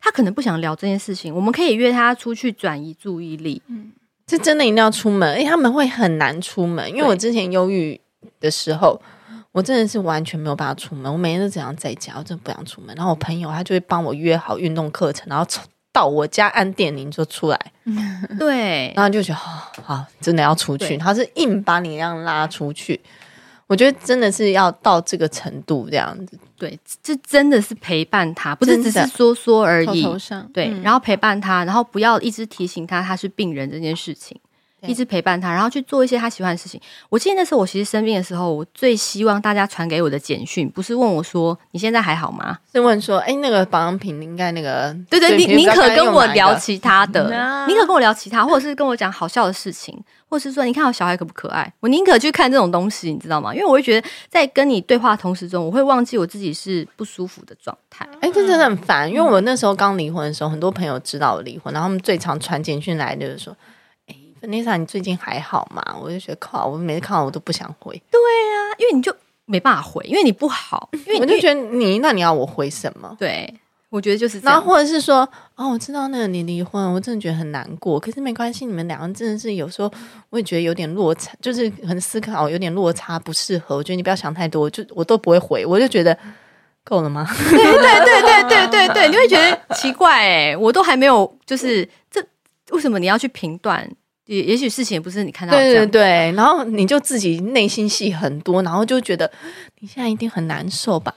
他可能不想聊这件事情，我们可以约他出去转移注意力。
嗯
是真的一定要出门，因为他们会很难出门。因为我之前忧郁的时候，我真的是完全没有办法出门，我每天都只想在家，我真的不想出门。然后我朋友他就会帮我约好运动课程，然后到我家按电铃就出来，嗯
对，
然后就觉得哦，好，真的要出去，
对
他是硬把你这样拉出去。我觉得真的是要到这个程度这样子，
对，这真的是陪伴他，不是只
真的
是说说而
口
已。
头上，
对，
嗯
然后陪伴他，然后不要一直提醒他他是病人这件事情，
对
一直陪伴他，然后去做一些他喜欢的事情。我记得那时候我其实生病的时候，我最希望大家传给我的简讯，不是问我说你现在还好吗？
是问说，哎，那个保养品应该那个，
对对，
你
宁宁可跟我聊
起，
其他的
嗯啊，
宁可跟我聊其他，或者是跟我讲好笑的事情，或者是说你看我小孩可不可爱，我宁可去看这种东西，你知道吗？因为我会觉得在跟你对话的同时中，我会忘记我自己是不舒服的状态。
哎，这真的很烦，因为
嗯
我那时候刚离婚的时候，很多朋友知道我离婚，然后他们最常传简讯来就是说，哎，Vanessa，你最近还好吗？我就觉得靠，我每次看到我都不想回，
啊，因为你就没办法回，因为你不好，因为
我
你
就觉得你那你要我回什么？
对，我觉得就是这
然后
样。
或者是说，哦，我知道那个你离婚，我真的觉得很难过。可是没关系，你们两个真的是有时候我也觉得有点落差，就是很思考有点落差，不适合。我觉得你不要想太多，我就我都不会回，我就觉得够了吗？
对对对对对对对，你会觉得奇怪哎、我都还没有，就是这为什么你要去评断？也也许事情也不是你看到的这
对对
样，
对，然后你就自己内心戏很多，然后就觉得你现在一定很难受吧。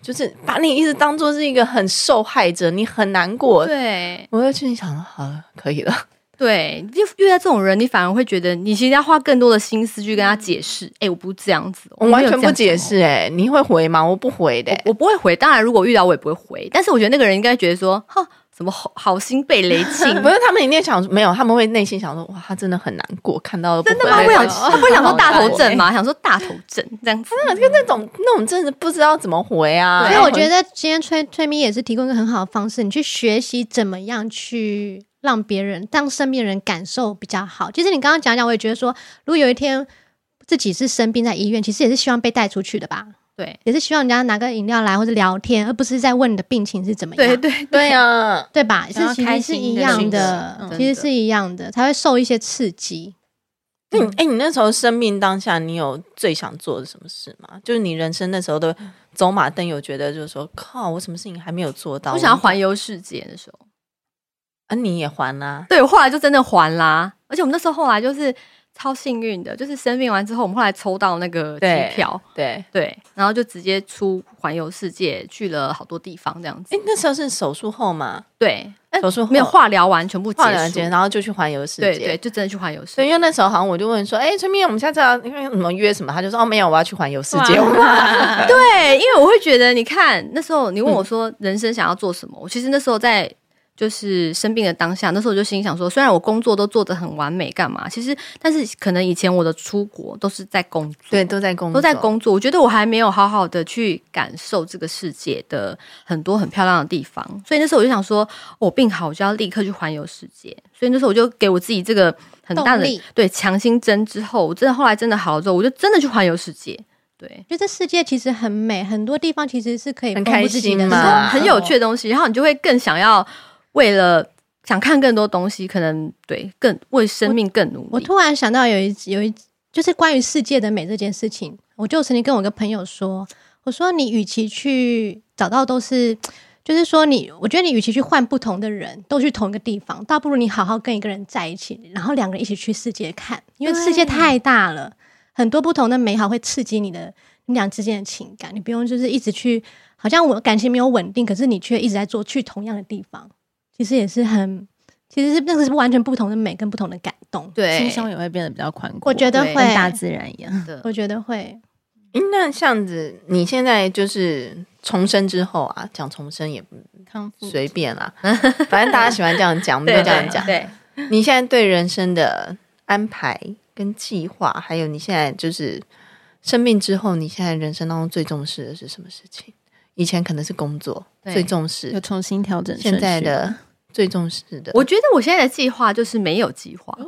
就是把你一直当做是一个很受害者，你很难过。
对
我就去想，好了，可以了。
对，就遇到这种人，你反而会觉得你其实要花更多的心思去跟他解释。哎、我不是这样子哦，
我
没
完
有
全
这
不
样
解
子哦
释、哎，你会回吗？我不回的、
我我不会回。当然，如果遇到我也不会回，但是我觉得那个人应该觉得说，哈，什么好好心被雷
嗯
侵
不。是他们一定想没有，他们会内心想说哇，他真的很难过，看到了
真的
回
吗？
来
不想，
的
他不想说大头症嘛，想说大头症这样子。
那种那种真的不知道怎么回啊。
所以我觉
得
得今天崔崔咪也是提供一个很好的方式，你去学习怎么样去让别人让身边人感受比较好。其实你刚刚讲讲，我也觉得说，如果有一天自己是生病在医院，其实也是希望被带出去的吧，
对
也是希望人家拿个饮料来或者聊天，而不是在问你的病情是怎么样。
对对
对啊，
对吧？是
想要
其
开
实是
心
一
的
样
讯
的，
息嗯
其
真
实
的
是一样的，才会受一些刺激。
那你哎、你那时候生病当下，你有最想做的什么事吗？就是你人生那时候的走马灯，有觉得就是说靠，我什么事情还没有做到？
我想要环游世界的时候，
啊，你也还啦、
对我后来就真的还啦。而且我们那时候后来就是超幸运的，就是生病完之后，我们后来抽到那个机
对
票，
对，哎、
对，然后就直接出环游世界，去了好多地方这样子。
哎那时候是手术后嘛，
对，哎
手术后
没有化疗完全部结
化疗
束，
结，然后就去环游世界。
对对，就真的去环游世
所以
界。
因为那时候好像我就问说，哎、崔明，我们下次要因为什么约什么？他就说哦，没有，我要去环游世界。
对，因为我会觉得，你看那时候你问我说人生想要做什么，我其实那时候在就是生病的当下，那时候我就心想说，虽然我工作都做得很完美，干嘛？其实，但是可能以前我的出国都是在工作，
对，都在工作，
都在工作。我觉得我还没有好好的去感受这个世界的很多很漂亮的地方，所以那时候我就想说，我病好我就要立刻去环游世界。所以那时候我就给我自己这个很大
动力
的对强心针之后，我真的后来真的好了之后，我就真的去环游世界。对，
我觉得这世界其实很美，很多地方其实是可以
很
丰
开
富自己
心
的
嘛
生活，
很有趣的东西，然后你就会更想要为了想看更多东西，可能对更为生命更努
我
力。
突然想到有一有一，就是关于世界的美这件事情，我就曾经跟我一个朋友说，我说你与其去找到都是，就是说你，我觉得你与其去换不同的人，都去同一个地方，倒不如你好好跟一个人在一起，然后两个人一起去世界看，因为世界太大了。很多不同的美好会刺激你的你们俩之间的情感，你不用就是一直去，好像我感情没有稳定，可是你却一直在做去同样的地方，其实也是很，其实是那个是完全不同的美跟不同的感动。
哎
对，
心胸也会变得比较宽阔。
我觉得
对
会，
跟大自然一样，
的
我觉得会，
诶嗯那这样子，你现在就是重生之后啊，讲重生也
康复
随便啦， 反正大家喜欢这样讲，我们就这样讲。
嗯对，
你现在对人生的安排跟计划，还有你现在就是生病之后，你现在人生当中最重视的是什么事情？以前可能是工作
对
最重
有
视，
重新调整
现在
顺序
的最重视的，
我觉得我现在的计划就是没有计划。
哦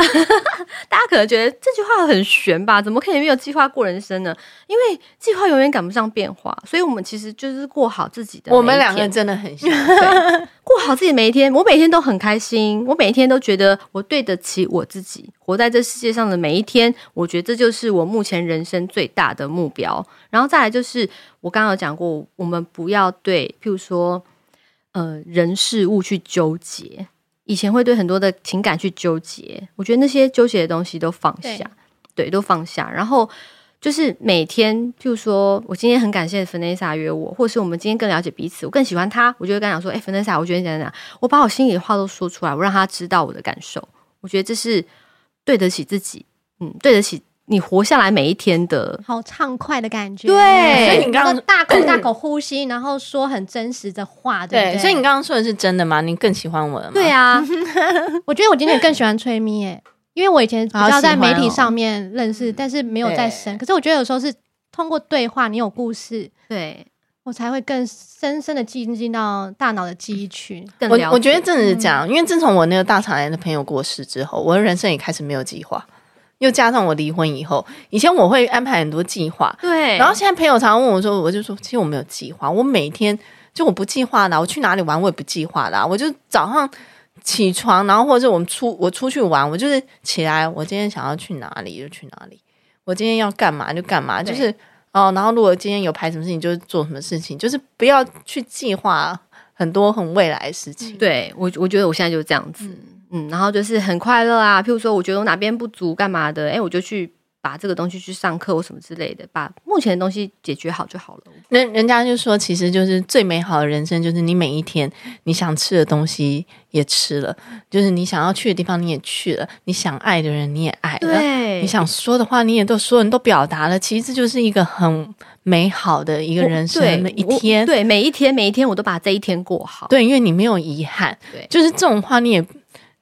大家可能觉得这句话很悬吧？怎么可以没有计划过人生呢？因为计划永远赶不上变化，所以我们其实就是过好自己的每一天。
我们两个真的很像。
对，过好自己每一天，我每天都很开心，我每一天都觉得我对得起我自己，活在这世界上的每一天，我觉得这就是我目前人生最大的目标。然后再来就是我刚刚有讲过，我们不要对，譬如说，呃，人事物去纠结。以前会对很多的情感去纠结，我觉得那些纠结的东西都放下
对，
对，都放下。然后就是每天，譬如说我今天很感谢 Vanessa 约我，或是我们今天更了解彼此，我更喜欢他，我就会跟他讲说：“哎、f a n e s s a 我觉得你讲讲，我把我心里的话都说出来，我让他知道我的感受。我觉得这是对得起自己，嗯，对得起你活下来每一天的。
好畅快的感觉。
对所以
你
然
刚
后大口大口呼吸，然后说很真实的话，对不
对，
对
所以你刚刚说的是真的吗？你更喜欢我了吗？
对啊，
我觉得我今天更喜欢吹咪耶，因为我以前比较在媒体上面认识，但是没有在深。可是我觉得有时候是通过对话，你有故事，
对，
我才会更深深的进进到大脑的记忆区。
更了
我我觉得
解嗯
真的是这样，因为自从我那个大肠癌的朋友过世之后，我的人生也开始没有计划，又加上我离婚以后，以前我会安排很多计划，
对，
然后现在朋友常常问我说，我就说其实我没有计划，我每天就我不计划的啊、我去哪里玩我也不计划的啊、我就早上起床，然后或者我们出我出去玩，我就是起来，我今天想要去哪里就去哪里，我今天要干嘛就干嘛，
对
就是哦，然后如果今天有排什么事情，就是做什么事情，就是不要去计划很多很未来的事情。
对我我觉得我现在就是这样子，嗯然后就是很快乐啊。譬如说，我觉得我哪边不足干嘛的，哎、我就去把这个东西去上课或什么之类的，把目前的东西解决好就好了。
人人家就说，其实就是最美好的人生，就是你每一天你想吃的东西也吃了，就是你想要去的地方你也去了，你想爱的人你也爱了，
对
你想说的话你也都说，你都表达了。其实这就是一个很美好的一个
我
人生
对
的一
我
天。
对每一天每一天我都把这一天过好。
对，因为你没有遗憾，
对
就是这种话你也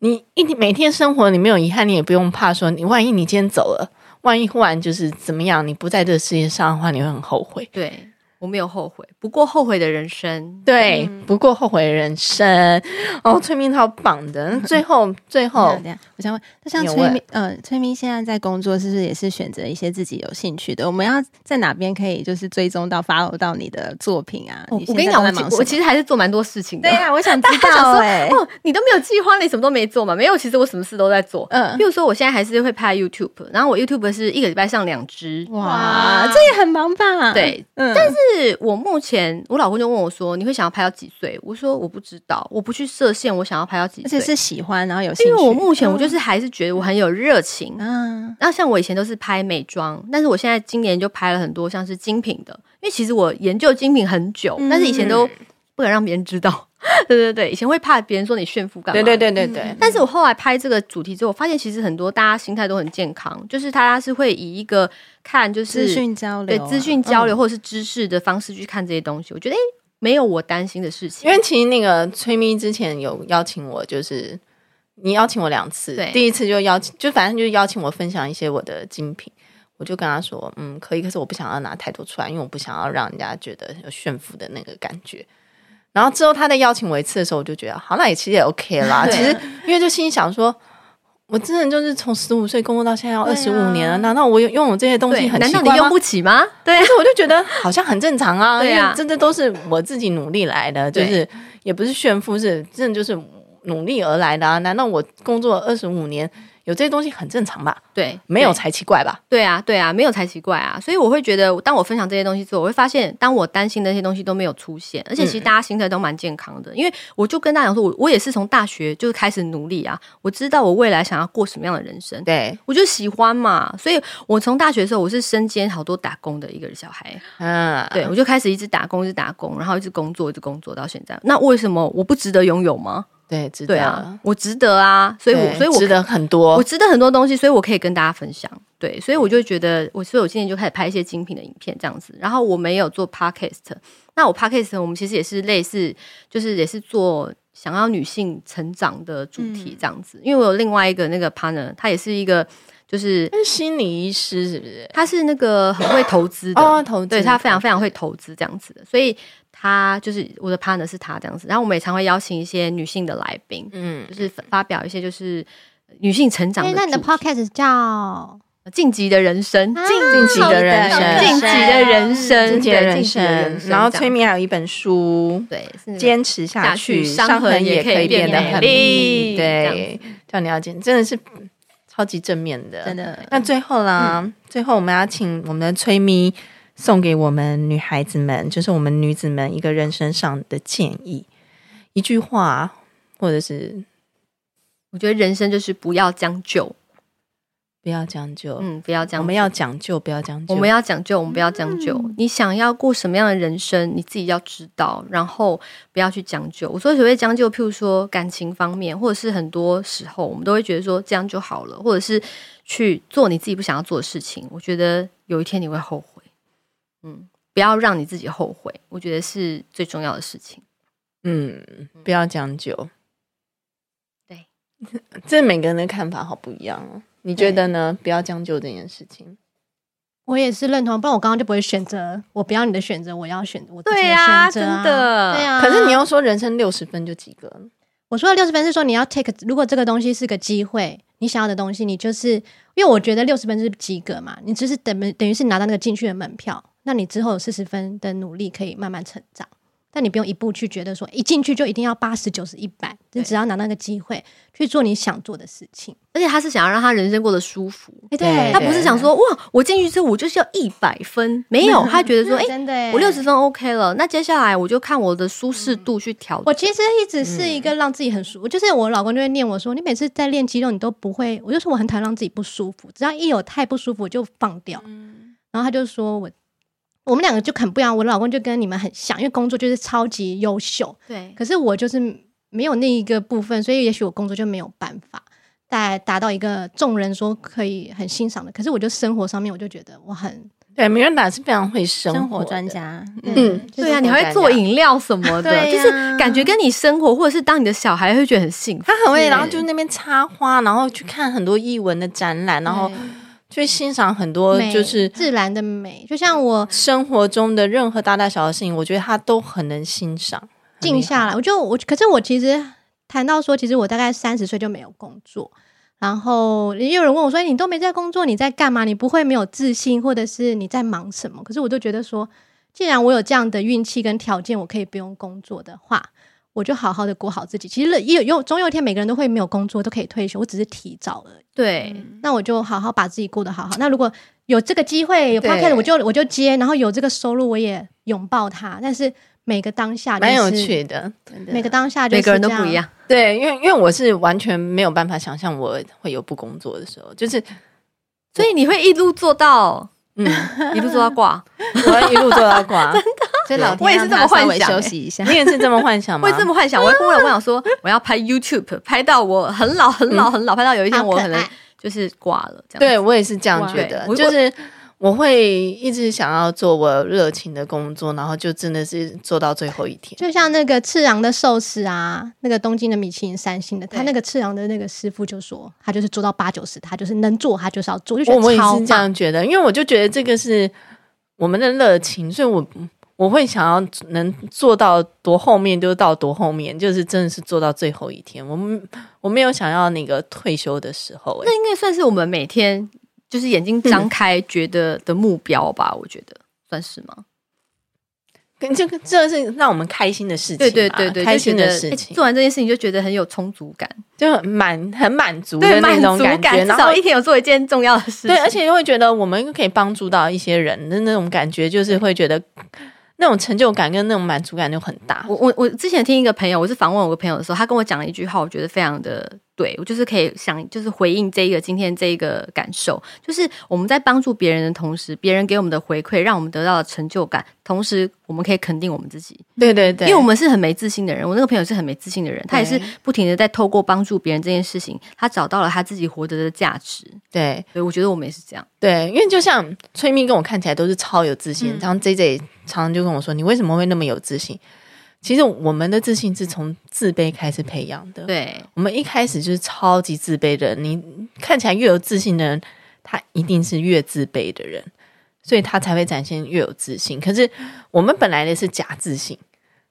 你一天每天生活你没有遗憾，你也不用怕说你万一你今天走了，万一忽然就是怎么样，你不在这个世界上的话，你会很后悔。
对我没有后悔，不过后悔的人生，
对，不过后悔人生哦，催命超棒的。那最后，最
哦
后，
这样，我想问，那像
你有
崔
问
咪，呃，崔咪现在在工作，是不是也是选择一些自己有兴趣的？我们要在哪边可以就是追踪到、发 o 到你的作品啊？
我
你
我
现
跟你
在
讲，
都
我
在
其我
忙什
其
么
实还是做蛮多事情的。
对呀、我想知
大家
道
说
哎、
哦，你都没有计划，你什么都没做嘛？没有，其实我什么事都在做。
嗯
比如说，我现在还是会拍 YouTube，然后我 YouTube 是一个礼拜上两支。
哇，这也很忙吧？
对，
嗯，但是
是我目前我老公就问我说：“你会想要拍到几岁？”我说：“我不知道，我不去设限，我想要拍到几
而
岁。”
且是喜欢，然后有兴趣。
因为我目前我就是还是觉得我很有热情，
嗯，
那像我以前都是拍美妆，但是我现在今年就拍了很多像是精品的，因为其实我研究精品很久，
嗯
但是以前都不敢让别人知道。 对对对，以前会怕别人说你炫富干嘛？
对对。对对对，
嗯
但是我后来拍这个主题之后，我发现其实很多大家心态都很健康，就是大家是会以一个看就是
资讯交流
对
啊，
资讯交流
嗯
或者是知识的方式去看这些东西，我觉得诶没有我担心的事情，
因为其实那个崔咪之前有邀请我，就是你邀请我两次
对，
第一次就邀请，就反正就是邀请我分享一些我的精品。我就跟他说，嗯，可以，可是我不想要拿太多出来，因为我不想要让人家觉得有炫富的那个感觉。然后之后他再邀请我一次的时候，我就觉得好，那也其实也 OK 啦。
对
其实因为就心里想说，我真的就是从十五岁工作到现在要二十五年了，难道我有拥有这些东西
啊对，
很
难
奇
道
怪
你
吗？
用不起吗？对
可，是我就觉得好像很正常啊，
对啊
因为真的都是我自己努力来的，就
对
是也不是炫富，是真的就是努力而来的啊。难道我工作二十五年，有这些东西很正常吧？
对，
没有
对
才奇怪吧？
对啊，对啊，没有才奇怪啊。所以我会觉得，当我分享这些东西之后，我会发现，当我担心的那些东西都没有出现，而且其实大家心态都蛮健康的。因为我就跟大家讲说，我我也是从大学就是开始努力啊，我知道我未来想要过什么样的人生。
对，
我就喜欢嘛，所以我从大学的时候，我是身兼好多打工的一个小孩，
嗯，
对我就开始一直打工，一直打工，然后一直工作，一直工作到现在。那为什么我不值得拥有吗？
对，值得，
对啊，我值得啊，所以我
对
所以我
值得很多，
我值得很多东西，所以我可以跟大家分享。对，
嗯
所以我就觉得，我所以我今年就开始拍一些精品的影片这样子。然后我没有做 podcast，那我 podcast 我们其实也是类似，就是也是做想要女性成长的主
嗯
题这样子。因为我有另外一个那个 partner，他也是一个，就是
是心理医师是不是？
他是那个很会投资的，
哦，投资
对他非常非常会投资这样子的，所以他就是我的 partner 是他这样子。然后我们也常会邀请一些女性的来宾，
嗯
就是发表一些就是呃女性成长
哎
的，
那你的
主题
podcast 叫
晋级的人生，
晋级啊的人生
晋级的人生，
自己的
对
人生，然后崔，
晋级的人生
米还有一本书。
这样对，是
坚持下
下
去，
去，
伤
伤
痕
痕
也
也
可
可
以
以
变
变
得
得
很美
很美
丽。
丽
对，叫你要坚，真的是超级正面的，
真的
那最后啦，
嗯
最后我们要请我们的崔咪送给我们女孩子们，就是我们女子们一个人生上的建议，一句话，或者是
我觉得人生就是不要将就，
不要将就，
嗯，不要将就，
我们要讲究，不要将就，
我们要讲究，我们不要将就。
嗯
你想要过什么样的人生，你自己要知道，然后不要去将就。我说所谓将就，譬如说感情方面，或者是很多时候我们都会觉得说这样就好了，或者是去做你自己不想要做的事情。我觉得有一天你会后悔，嗯，不要让你自己后悔，我觉得是最重要的事情。
嗯，不要将就，
对，
这每个人的看法好不一样哦。你觉得呢？不要将就这件事情，
我也是认同，不然我刚刚就不会选择我不要你的选择，我要选我自己
对
的
呀、
选择、啊
真，的，
对、啊。
可是你又说人生六十分就及格了，
我说的六十分是说你要 take，如果这个东西是个机会，你想要的东西，你就是因为我觉得六十分是及格嘛，你只是等于等于是拿到那个进去的门票，那你之后有四十分的努力可以慢慢成长，但你不用一步去觉得说一进去就一定要八十九十一百，你
对
只要拿到那个机会去做你想做的事情。
而且他是想要让他人生过得舒服。
哎，
对
他不是想说哇，我进去之后我就是要一百分，没有，他觉得 说，哎、
真的耶，
我六十分 OK 了，那接下来我就看我的舒适度去调
我其
整。
实一直是
嗯
一个让自己很舒服，就是我老公就会念我说，你每次在练肌肉，你都不会。我就说我很讨厌让自己不舒服，只要一有太不舒服我就放掉。
嗯
然后他就说我，我们两个就很不一样。我老公就跟你们很像，因为工作就是超级优秀，
对，
可是我就是没有那一个部分，所以也许我工作就没有办法带达到一个众人说可以很欣赏的。可是我就生活上面，我就觉得我很
对，米兰达是非常会呃生
生活
的
专家，
嗯，
对啊，你
还
还会做饮料什么的，
对呀
就是感觉跟你生活，或者是当你的小孩会觉得很幸福
他。很会，
是
然后就那边插花，然后去看很多艺文的展览，然后去欣赏很多
美
哦就是嗯
自然的美，就像我
生活中的任何大大小小的事情，我觉得他都很能欣赏。很厉
静
害
下来，我就我，可是我其实谈到说，其实我大概三十岁就没有工作，然后也有人问我说：“哎你都没在工作，你在干嘛？你不会没有自信，或者是你在忙什么？”可是我就觉得说，既然我有这样的运气跟条件，我可以不用工作的话，我就好好的过好自己。其实也有有总有一天，每个人都会没有工作，都可以退休，我只是提早而已。
对，
嗯
那我就好好把自己过得好好。那如果有这个机会有
对
podcast，我就我就接，然后有这个收入，我也拥抱它。但是每个当下、就是、
蛮有趣的，
真的
每个当下就是
每个人都
这
不一。样。
对，因为因为我是完全没有办法想象我会有不工作的时候，就是
所以你会一路做到，
嗯，
一路做 到挂，
我要一路做到挂，
所以老天
我也
让
是这
他
么幻
稍微
想
休
欸
息一下
你，也是这么幻想吗？
会这么幻想。我会跟我老公讲说，我要拍 YouTube，拍到我很老很
嗯
老很老，拍到有一天
好
我
可
可能
爱
就是挂了 这样。
对，我也是这样觉
对
得，
我
就是我会一直想要做我热情的工作，然后就真的是做到最后一天。
就像那个赤昂的寿司啊，那个东京的米其林三星的，他
对
那个赤昂的那个师傅就说，他就是做到八九十，他就是能做，他就是要做，就觉
我我
得
也
超
是这
棒。
样觉得，因为我就觉得这个是我们的热情，所以我我会想要能做到多后面就到多后面，就是真的是做到最后一天。我们我没有想要那个退休的时候、欸
那，应该算是我们每天
嗯
就是眼睛张开觉得的目标吧？我觉得算是吗？
跟这个这是让我们开心的事情嘛，
对对对对，
开
就觉
心
得哎
的事
诶
情，
做完这件事情就觉得很有充足感，
就很满很满足
对
的
满
那种
足
感觉，
感，至
然后
少一天有做一件重要的事情。
对，而且又会觉得我们可以帮助到一些人的那种感觉，就是会觉得那种成就感跟那种满足感就很大。
我我我之前听一个朋友，我是访问我个朋友的时候，他跟我讲了一句话，我觉得非常的对，我就是可以想，就是回应这一个今天这一个感受，就是我们在帮助别人的同时，别人给我们的回馈，让我们得到了成就感，同时我们可以肯定我们自己，
对对对，
因为我们是很没自信的人。我那个朋友是很没自信的人，他也是
对
不停的在透过帮助别人这件事情，他找到了他自己活着的价值。
对
所以我觉得我们也是这样。
对，因为就像崔蜜跟我看起来都是超有自信，
嗯
然后 J J 常常就跟我说：“你为什么会那么有自信？”其实我们的自信是从自卑开始培养的。，
对，
我们一开始就是超级自卑的人。你看起来越有自信的人，他一定是越自卑的人，所以他才会展现越有自信。可是我们本来的是假自信，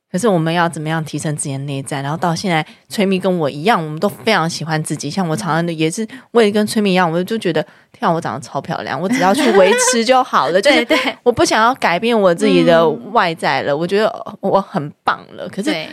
可是我们要怎么样提升自己的内在？然后到现在，崔蜜跟我一样，我们都非常喜欢自己。像我常常的也是，我也跟崔蜜一样，我就觉得，天啊，我长得超漂亮，我只要去维持就好了。就是
对对
我不想要改变我自己的外在了，我觉得呃我很棒了。可是
对，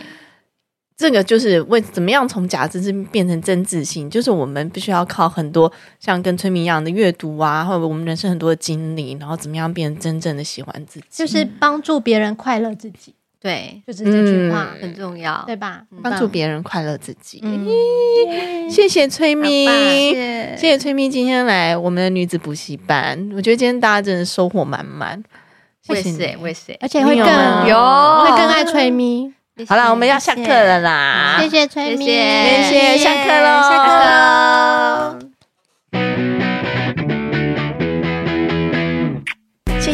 这个就是为怎么样从假自信变成真自信，就是我们必须要靠很多像跟崔明一样的阅读啊，或者我们人生很多的经历，然后怎么样变成真正的喜欢自己，
就是帮助别人快乐自己，
对，
就是这句话，
嗯
很重要。
对吧？很棒
帮助别人快乐自己。
嗯，
谢谢崔明
好棒，
谢谢崔明今天来我们的女子补习班，我觉得今天大家真的收获满满。
我
谢
也
谢
是欸，
你
我也是欸。
而且会
你有
更
吗
有
会更爱吹咪。
好了，我们要下课了啦，
谢谢吹咪，
谢谢
谢谢下课喽，
下课喽。
谢